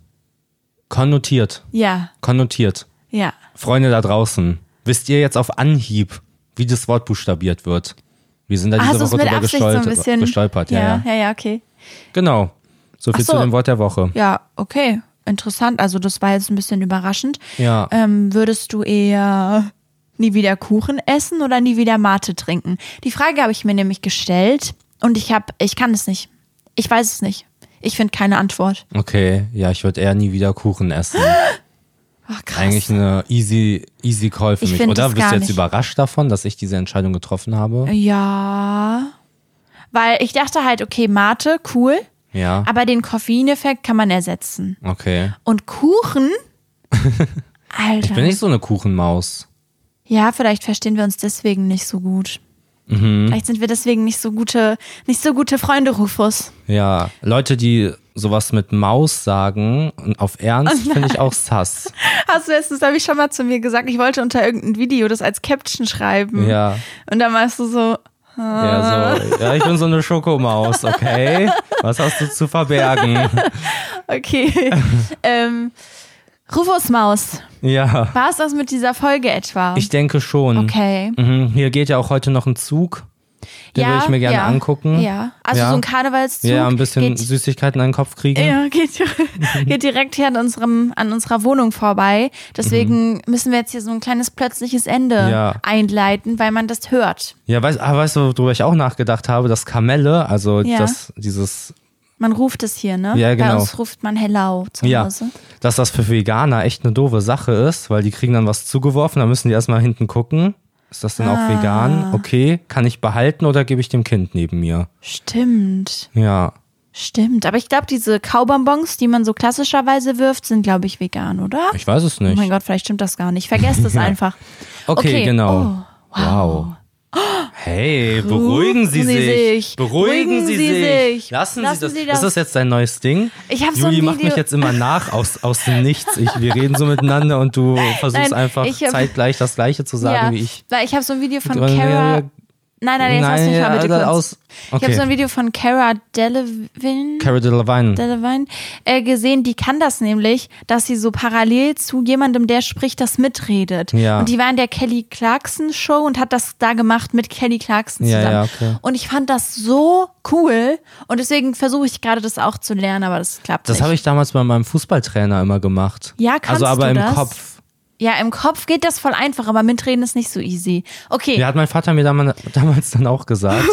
Speaker 2: Konnotiert.
Speaker 1: Ja,
Speaker 2: Konnotiert.
Speaker 1: ja.
Speaker 2: Freunde da draußen, wisst ihr jetzt auf Anhieb, wie das Wort buchstabiert wird? Wir sind da diese
Speaker 1: Hast du es
Speaker 2: Woche
Speaker 1: mit
Speaker 2: drüber
Speaker 1: Absicht so ein
Speaker 2: gestolpert.
Speaker 1: bisschen?
Speaker 2: gestolpert. Ja, ja.
Speaker 1: ja, ja, okay.
Speaker 2: Genau. So viel
Speaker 1: Ach so.
Speaker 2: zu dem Wort der Woche.
Speaker 1: Ja, okay. Interessant. Also das war jetzt ein bisschen überraschend.
Speaker 2: Ja.
Speaker 1: Ähm, würdest du eher nie wieder Kuchen essen oder nie wieder Mate trinken? Die Frage habe ich mir nämlich gestellt und ich habe, ich kann es nicht. Ich weiß es nicht. Ich finde keine Antwort.
Speaker 2: Okay, ja, ich würde eher nie wieder Kuchen essen.
Speaker 1: Ah, Ach, krass.
Speaker 2: Eigentlich eine easy, easy Call für
Speaker 1: Ich
Speaker 2: mich,
Speaker 1: find
Speaker 2: oder?
Speaker 1: das
Speaker 2: Bist
Speaker 1: gar
Speaker 2: du jetzt
Speaker 1: nicht.
Speaker 2: überrascht davon, dass ich diese Entscheidung getroffen habe?
Speaker 1: Ja. Weil ich dachte halt, okay, Mate, cool,
Speaker 2: Ja.
Speaker 1: aber den Koffeineffekt kann man ersetzen.
Speaker 2: Okay.
Speaker 1: Und Kuchen? Alter.
Speaker 2: Ich bin nicht so eine Kuchenmaus.
Speaker 1: Ja, vielleicht verstehen wir uns deswegen nicht so gut.
Speaker 2: Mhm.
Speaker 1: Vielleicht sind wir deswegen nicht so gute, nicht so gute Freunde, Rufus.
Speaker 2: Ja, Leute, die sowas mit Maus sagen und auf Ernst,
Speaker 1: Oh
Speaker 2: finde ich auch sass.
Speaker 1: Hast du letztens, habe ich schon mal zu mir gesagt, ich wollte unter irgendein Video das als Caption schreiben.
Speaker 2: Ja.
Speaker 1: Und dann warst du so,
Speaker 2: Ja, so, ja, ich bin so eine Schokomaus, okay? Was hast du zu verbergen?
Speaker 1: okay. ähm, Rufus Maus,
Speaker 2: Ja,
Speaker 1: war es das mit dieser Folge etwa?
Speaker 2: ich denke schon.
Speaker 1: okay.
Speaker 2: Mhm, hier geht ja auch heute noch ein Zug. Den will ich mir gerne
Speaker 1: ja.
Speaker 2: angucken.
Speaker 1: Ja. Also
Speaker 2: Ja.
Speaker 1: so ein Karnevalszug.
Speaker 2: Ja, ein bisschen
Speaker 1: geht,
Speaker 2: Süßigkeiten an den Kopf kriegen.
Speaker 1: ja, geht, geht direkt hier an, unserem, an unserer Wohnung vorbei. Deswegen müssen wir jetzt hier so ein kleines plötzliches Ende
Speaker 2: Mhm. Ja.
Speaker 1: einleiten, weil man das hört.
Speaker 2: Ja, weißt, ah, weißt du, worüber ich auch nachgedacht habe? Das Kamelle, also
Speaker 1: Ja.
Speaker 2: das, dieses,
Speaker 1: Man ruft es hier, ne?
Speaker 2: Ja,
Speaker 1: Bei
Speaker 2: genau.
Speaker 1: uns ruft man Hello zu
Speaker 2: ja,
Speaker 1: Hause.
Speaker 2: dass das für Veganer echt eine doofe Sache ist, weil die kriegen dann was zugeworfen, dann müssen die erstmal hinten gucken. Ist das denn
Speaker 1: Ah.
Speaker 2: auch vegan? Okay, kann ich behalten oder gebe ich dem Kind neben mir?
Speaker 1: Stimmt,
Speaker 2: Ja.
Speaker 1: stimmt. Aber ich glaube, diese Kaubonbons, die man so klassischerweise wirft, sind, glaube ich, vegan, oder?
Speaker 2: Ich weiß es
Speaker 1: Oh
Speaker 2: nicht.
Speaker 1: mein Gott, vielleicht stimmt das gar nicht. Vergesst es einfach.
Speaker 2: Okay,
Speaker 1: Okay,
Speaker 2: genau.
Speaker 1: oh, wow.
Speaker 2: Hey, beruhigen Sie,
Speaker 1: Sie
Speaker 2: sich.
Speaker 1: sich.
Speaker 2: Beruhigen Sie, sich. Lassen,
Speaker 1: Lassen
Speaker 2: Sie, das.
Speaker 1: Sie das.
Speaker 2: Ist das jetzt dein neues Ding?
Speaker 1: Ich hab so
Speaker 2: Juli
Speaker 1: ein
Speaker 2: macht
Speaker 1: Video-
Speaker 2: mich jetzt immer nach aus, aus dem Nichts. Ich, wir reden so miteinander und du versuchst
Speaker 1: Nein,
Speaker 2: einfach
Speaker 1: ich hab-
Speaker 2: zeitgleich das Gleiche zu sagen
Speaker 1: ja,
Speaker 2: wie ich.
Speaker 1: weil ich habe so ein Video von
Speaker 2: Drin-
Speaker 1: Cara. Nein, nein, jetzt lass mich mal bitte kurz.
Speaker 2: ja, aus.
Speaker 1: Ich habe so ein
Speaker 2: Okay.
Speaker 1: Video von Cara Delevingne.
Speaker 2: Cara Delevingne.
Speaker 1: Delevingne, äh, gesehen, die kann das nämlich, dass sie so parallel zu jemandem, der spricht, das mitredet.
Speaker 2: Ja.
Speaker 1: Und die war in der Kelly Clarkson Show und hat das da gemacht mit Kelly Clarkson
Speaker 2: Ja,
Speaker 1: zusammen.
Speaker 2: ja, okay.
Speaker 1: Und ich fand das so cool und deswegen versuche ich gerade das auch zu lernen, aber das klappt
Speaker 2: Das
Speaker 1: nicht.
Speaker 2: habe ich damals bei meinem Fußballtrainer immer gemacht.
Speaker 1: Ja, kannst
Speaker 2: Also aber
Speaker 1: du
Speaker 2: im
Speaker 1: das?
Speaker 2: Kopf.
Speaker 1: ja, im Kopf geht das voll einfach, aber mitreden ist nicht so easy. Okay.
Speaker 2: Ja, hat mein Vater mir damals, damals dann auch gesagt.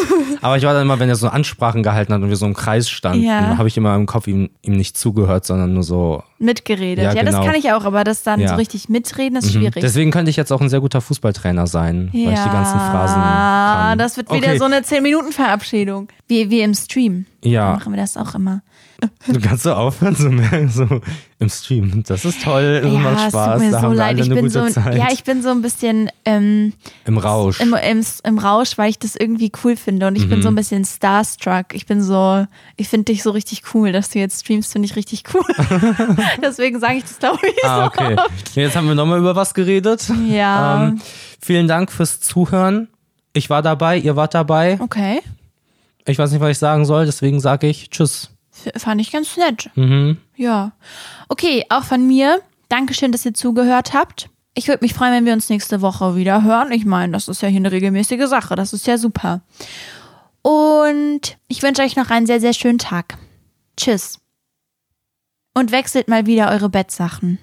Speaker 2: Aber ich war dann immer, wenn er so Ansprachen gehalten hat und wir so im Kreis standen,
Speaker 1: Ja.
Speaker 2: habe ich immer im Kopf ihm, ihm nicht zugehört, sondern nur so
Speaker 1: mitgeredet.
Speaker 2: Ja,
Speaker 1: Ja, das
Speaker 2: genau.
Speaker 1: kann ich auch, aber das dann
Speaker 2: Ja. Mhm.
Speaker 1: so richtig mitreden ist schwierig.
Speaker 2: Deswegen könnte ich jetzt auch ein sehr guter Fußballtrainer sein, weil ich die ganzen Phrasen
Speaker 1: Ja,
Speaker 2: kann.
Speaker 1: das wird wieder
Speaker 2: okay.
Speaker 1: so eine 10-Minuten-Verabschiedung. Wie, wie im Stream.
Speaker 2: Ja.
Speaker 1: Da machen wir das auch immer.
Speaker 2: Du kannst so aufhören, so, merken, so im Stream. Das ist toll, das
Speaker 1: ja,
Speaker 2: macht
Speaker 1: es tut
Speaker 2: Spaß,
Speaker 1: mir
Speaker 2: da
Speaker 1: so
Speaker 2: haben wir
Speaker 1: leid.
Speaker 2: alle
Speaker 1: Ich
Speaker 2: eine
Speaker 1: bin
Speaker 2: gute
Speaker 1: so,
Speaker 2: Zeit.
Speaker 1: ja, ich bin so ein bisschen ähm,
Speaker 2: Im Rausch. Mhm.
Speaker 1: im, im, im Rausch, weil ich das irgendwie cool finde und ich bin so ein bisschen starstruck. Ich bin so, ich finde dich so richtig cool, dass du jetzt streamst, finde ich richtig cool. Deswegen sage ich das, glaube ich,
Speaker 2: ah, okay. Ja, jetzt haben wir nochmal über was geredet.
Speaker 1: so. Ja,
Speaker 2: Ähm, vielen Dank fürs Zuhören. Ich war dabei, ihr wart dabei.
Speaker 1: okay.
Speaker 2: Ich weiß nicht, was ich sagen soll, deswegen sage ich Tschüss.
Speaker 1: F- Fand ich ganz nett. Ja. Okay, auch von mir. Dankeschön, dass ihr zugehört habt. Ich würde mich freuen, wenn wir uns nächste Woche wieder hören. Ich meine, das ist ja hier eine regelmäßige Sache. Das ist ja super. Und ich wünsche euch noch einen sehr, sehr schönen Tag. Tschüss. Und wechselt mal wieder eure Bettsachen.